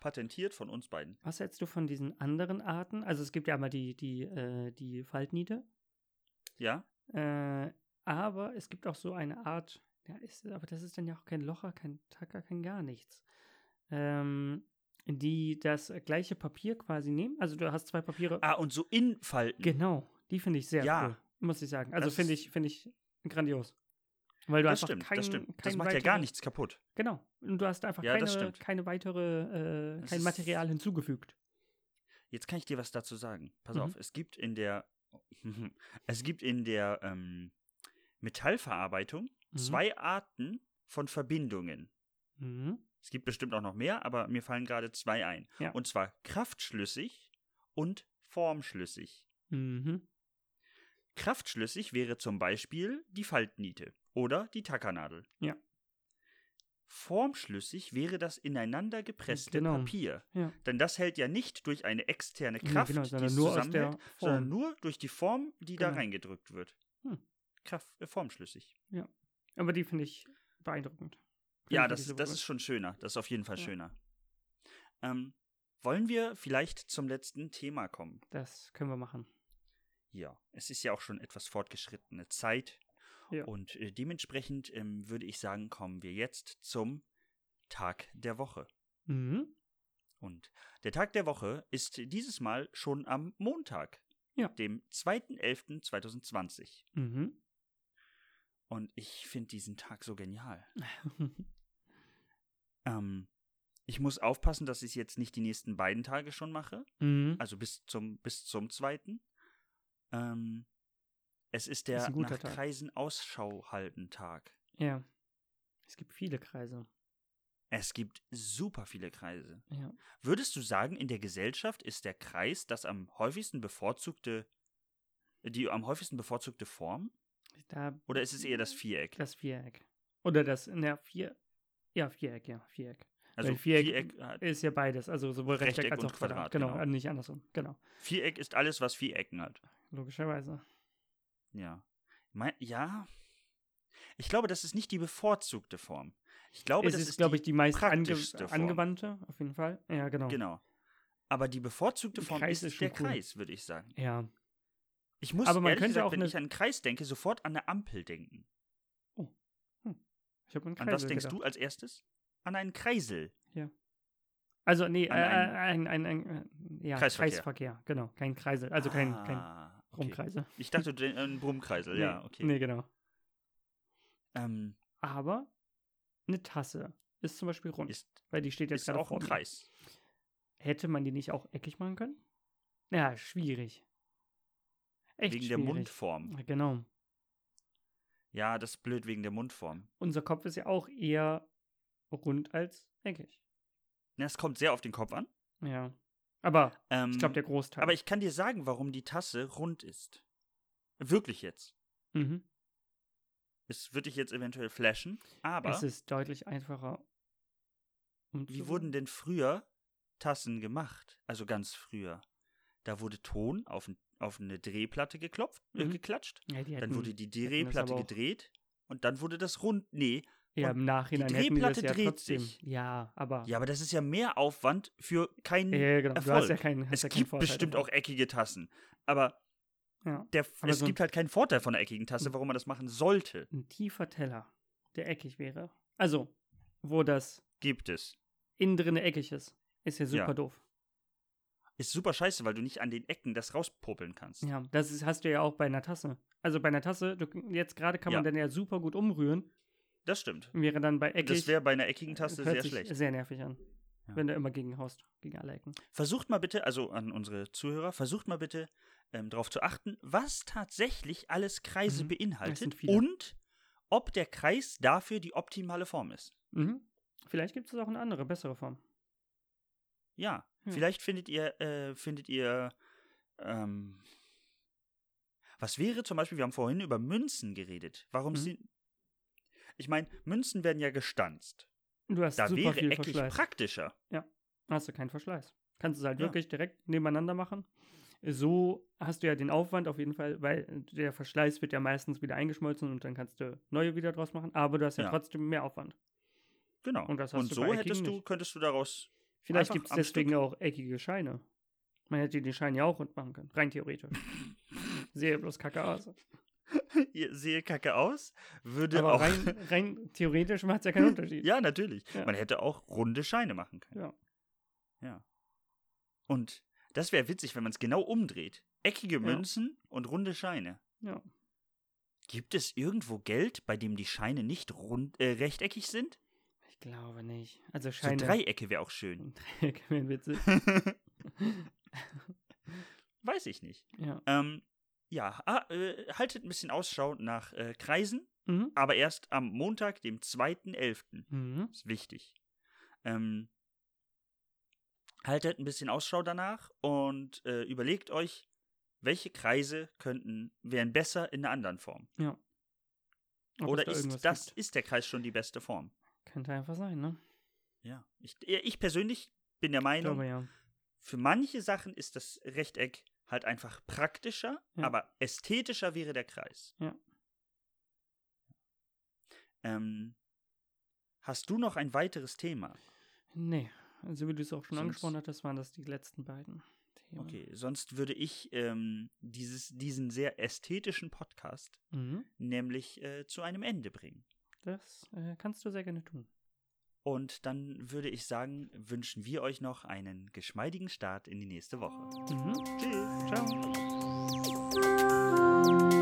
A: Patentiert von uns beiden.
B: Was hältst du von diesen anderen Arten? Also es gibt ja einmal die, die, äh, die Faltniete,
A: Ja?
B: äh, aber es gibt auch so eine Art, ja, ist, aber das ist dann ja auch kein Locher, kein Tacker, kein gar nichts. Ähm, die das gleiche Papier quasi nehmen. Also du hast zwei Papiere.
A: Ah, und so infalten.
B: Genau, die finde ich sehr
A: Ja.
B: cool, muss ich sagen. Also
A: Das
B: finde
A: ist-
B: ich, finde ich grandios. Weil du
A: das
B: einfach
A: stimmt,
B: kein,
A: das stimmt. Das
B: kein
A: macht ja gar
B: weitere-
A: nichts kaputt.
B: Genau. Und du hast einfach
A: Ja, das
B: keine,
A: stimmt.
B: keine weitere, äh,
A: Das
B: kein
A: ist-
B: Material hinzugefügt.
A: Jetzt kann ich dir was dazu sagen. Pass
B: Mhm.
A: auf, es gibt in der es gibt in der ähm, Metallverarbeitung
B: Mhm.
A: zwei Arten von Verbindungen.
B: Mhm.
A: Es gibt bestimmt auch noch mehr, aber mir fallen gerade zwei ein.
B: Ja.
A: Und zwar kraftschlüssig und formschlüssig.
B: Mhm.
A: Kraftschlüssig wäre zum Beispiel die Faltniete oder die Tackernadel.
B: Ja.
A: Formschlüssig wäre das ineinander gepresste
B: Genau.
A: Papier.
B: Ja.
A: Denn das hält ja nicht durch eine externe
B: Nee,
A: Kraft,
B: genau,
A: die
B: sondern
A: es
B: nur aus
A: zusammenhält,
B: der
A: sondern
B: Form.
A: nur durch die Form, die da
B: Genau.
A: reingedrückt wird.
B: Hm.
A: Kraft, äh, formschlüssig.
B: Aber die finde ich beeindruckend. Find
A: ja,
B: ich
A: das,
B: wirklich
A: das
B: super
A: ist schon schöner. Das ist auf jeden Fall
B: Ja.
A: schöner. Ähm, wollen wir vielleicht zum letzten Thema kommen?
B: cool. Das können wir machen.
A: Ja, es ist ja auch schon etwas fortgeschrittene Zeit.
B: Ja.
A: Und äh, dementsprechend ähm, würde ich sagen, kommen wir jetzt zum Tag der Woche.
B: Mhm.
A: Und der Tag der Woche ist dieses Mal schon am Montag,
B: Ja.
A: dem 2.11.2020.
B: Mhm.
A: Und ich finde diesen Tag so genial. Ähm, ich muss aufpassen, dass ich es jetzt nicht die nächsten beiden Tage schon mache,
B: mhm.
A: also bis zum, bis zum zweiten. Ähm, es ist der
B: Ist ein guter
A: nach
B: Tag.
A: Kreisen Ausschau halten Tag.
B: Ja. Es gibt viele Kreise.
A: Es gibt super viele Kreise.
B: Ja.
A: Würdest du sagen, in der Gesellschaft ist der Kreis das am häufigsten bevorzugte, die am häufigsten bevorzugte Form?
B: Da
A: Oder ist es eher das Viereck?
B: das Viereck. Oder das, na, vier. Ja, Viereck, ja, Viereck.
A: Also
B: weil Viereck-
A: Viereck, hat-
B: Ist ja beides, also sowohl Rechteck,
A: Rechteck
B: als
A: und
B: auch Quadrat.
A: Quadrat,
B: Genau,
A: genau.
B: äh, nicht andersrum. Genau,
A: Viereck ist alles, was Vierecken hat.
B: logischerweise.
A: Ja. Mei- ja. Ich glaube, das ist nicht die bevorzugte Form. Ich glaube,
B: es
A: das
B: ist, glaube ich, die meist ange
A: praktischste Form.
B: angewandte, auf jeden Fall. Ja, genau.
A: Genau. Aber die bevorzugte
B: Ein
A: Form
B: Kreis
A: ist,
B: ist schon
A: der
B: cool.
A: Kreis, würde ich sagen.
B: Ja.
A: Ich muss,
B: Aber man
A: ehrlich
B: könnte
A: gesagt,
B: auch
A: wenn
B: eine-
A: ich an einen Kreis denke, sofort an eine Ampel denken.
B: Ich habe einen
A: An was denkst
B: genau.
A: du als erstes? An einen Kreisel.
B: Also, nee, äh,
A: An
B: ein, ein, ein, äh, ja,
A: Kreisverkehr.
B: Kreisverkehr. genau. Kein Kreisel, also kein, kein
A: Ah, okay.
B: Rumkreisel.
A: Ich dachte, du denkst an einen Brummkreisel,
B: Nee,
A: ja, okay.
B: Nee, genau.
A: Ähm,
B: Aber eine Tasse ist zum Beispiel rund,
A: ist
B: weil die steht jetzt
A: ist
B: gerade
A: auch
B: vor
A: ein
B: mir.
A: Kreis.
B: Hätte man die nicht auch eckig machen können? Ja, schwierig. Echt
A: Wegen der
B: schwierig.
A: Mundform.
B: Genau.
A: Ja, das ist blöd wegen der Mundform.
B: Unser Kopf ist ja auch eher rund als eckig.
A: Das kommt sehr auf den Kopf an.
B: Ja. Aber
A: Ähm,
B: ich glaube, der Großteil.
A: Aber ich kann dir sagen, warum die Tasse rund ist. Wirklich jetzt.
B: mhm.
A: Es wird dich jetzt eventuell flashen, aber
B: es ist deutlich einfacher.
A: wie wurden denn früher Tassen gemacht? Also ganz früher. Da wurde Ton auf, n- auf eine Drehplatte geklopft, äh,
B: Mhm.
A: geklatscht.
B: ja, die
A: Dann
B: hätten-
A: wurde die
B: hätten das
A: Drehplatte
B: aber auch-
A: gedreht und dann wurde das rund. Nee.
B: Ja,
A: und
B: im Nachhinein
A: die
B: hätten die das
A: Drehplatte
B: ja
A: dreht
B: trotzdem.
A: sich.
B: Ja, aber.
A: Ja, aber das ist ja mehr Aufwand für keinen.
B: Ja, ja, genau. Du hast ja
A: Erfolg.
B: keinen. Hast
A: es
B: ja keinen
A: gibt
B: Vorteil
A: bestimmt
B: davon.
A: auch eckige Tassen. Aber
B: Ja.
A: der,
B: Aber
A: es
B: so ein- Hm.
A: gibt halt keinen Vorteil von einer eckigen Tasse, warum man das machen sollte.
B: Ein tiefer Teller, der eckig wäre. Also, wo das
A: Gibt es.
B: innen drin eckig ist, ist ja super
A: Ja.
B: doof.
A: Ist super scheiße, weil du nicht an den Ecken das rauspopeln kannst.
B: Ja, das ist, hast du ja auch bei einer Tasse. Also bei einer Tasse, du, jetzt gerade kann man
A: Ja.
B: dann ja super gut umrühren,
A: Das stimmt.
B: wäre dann bei eckig. äh,
A: Das wäre bei einer eckigen Taste
B: hört
A: sehr
B: sich
A: schlecht.
B: Sehr nervig an.
A: Ja.
B: Wenn du immer gegen haust, gegen alle Ecken.
A: Versucht mal bitte, also an unsere Zuhörer, versucht mal bitte ähm, darauf zu achten, was tatsächlich alles Kreise
B: Mhm. Es sind
A: beinhaltet
B: viele.
A: und ob der Kreis dafür die optimale Form ist.
B: Mhm. Vielleicht gibt es auch eine andere, bessere Form.
A: Ja,
B: Ja.
A: vielleicht findet ihr, äh, findet ihr, ähm, was wäre zum Beispiel, wir haben vorhin über Münzen geredet. Warum
B: Mhm.
A: sind, ich meine, Münzen werden ja gestanzt.
B: Du hast
A: Da
B: super
A: wäre
B: viel
A: eckig
B: Verschleiß.
A: praktischer.
B: Hast du keinen Verschleiß. Kannst du es halt
A: Ja.
B: wirklich direkt nebeneinander machen. So hast du ja den Aufwand auf jeden Fall, weil der Verschleiß wird ja meistens wieder eingeschmolzen und dann kannst du neue wieder draus machen, aber du hast ja,
A: Ja.
B: trotzdem mehr Aufwand.
A: Genau.
B: Und
A: Und,
B: das hast du
A: so
B: bei Eckigen
A: hättest du,
B: nicht.
A: könntest du daraus,
B: Vielleicht
A: Einfach
B: gibt es
A: am
B: deswegen auch eckige Scheine. Man hätte den Schein ja auch rund machen können, rein theoretisch. Sehe bloß kacke aus.
A: Ihr sehe kacke aus, würde
B: Aber
A: auch,
B: rein, rein theoretisch macht es ja keinen Unterschied.
A: ja, natürlich.
B: Ja.
A: Man hätte auch runde Scheine machen können.
B: Ja.
A: Ja. Und das wäre witzig, wenn man es genau umdreht. Eckige Münzen und runde Scheine.
B: Ja.
A: Gibt es irgendwo Geld, bei dem die Scheine nicht rund, äh, rechteckig sind?
B: Ich glaube nicht. Also
A: So
B: Scheine.
A: Dreiecke wäre auch
B: Hm.
A: schön.
B: Dreieck wären witzig.
A: Weiß ich nicht.
B: ja.
A: Ähm, ja, ah, äh, haltet ein bisschen Ausschau nach äh, Kreisen,
B: Mhm.
A: aber erst am Montag, dem 2.11.
B: Mhm.
A: Ist wichtig. Ähm, haltet ein bisschen Ausschau danach und äh, überlegt euch, welche Kreise könnten, wären besser in einer anderen Form.
B: Ob
A: Oder
B: es da irgendwas
A: ist das,
B: gibt.
A: ist der Kreis schon die beste Form?
B: Könnte einfach sein, ne?
A: Ja. Ich, ich persönlich bin der
B: Ich
A: Meinung,
B: glaube ja.
A: für manche Sachen ist das Rechteck halt einfach praktischer,
B: Ja.
A: aber ästhetischer wäre der Kreis.
B: Ja.
A: Ähm, hast du noch ein weiteres Thema?
B: Nee. Also wie du es auch schon
A: Sonst-
B: angesprochen hattest, waren das die letzten beiden Themen.
A: Okay, sonst würde ich ähm, dieses, diesen sehr ästhetischen Podcast
B: Mhm.
A: nämlich äh, zu einem Ende bringen.
B: Das äh, kannst du sehr gerne tun.
A: Und dann würde ich sagen, wünschen wir euch noch einen Mhm. geschmeidigen Start in die nächste Woche.
B: Mhm.
A: Tschüss.
B: Ciao.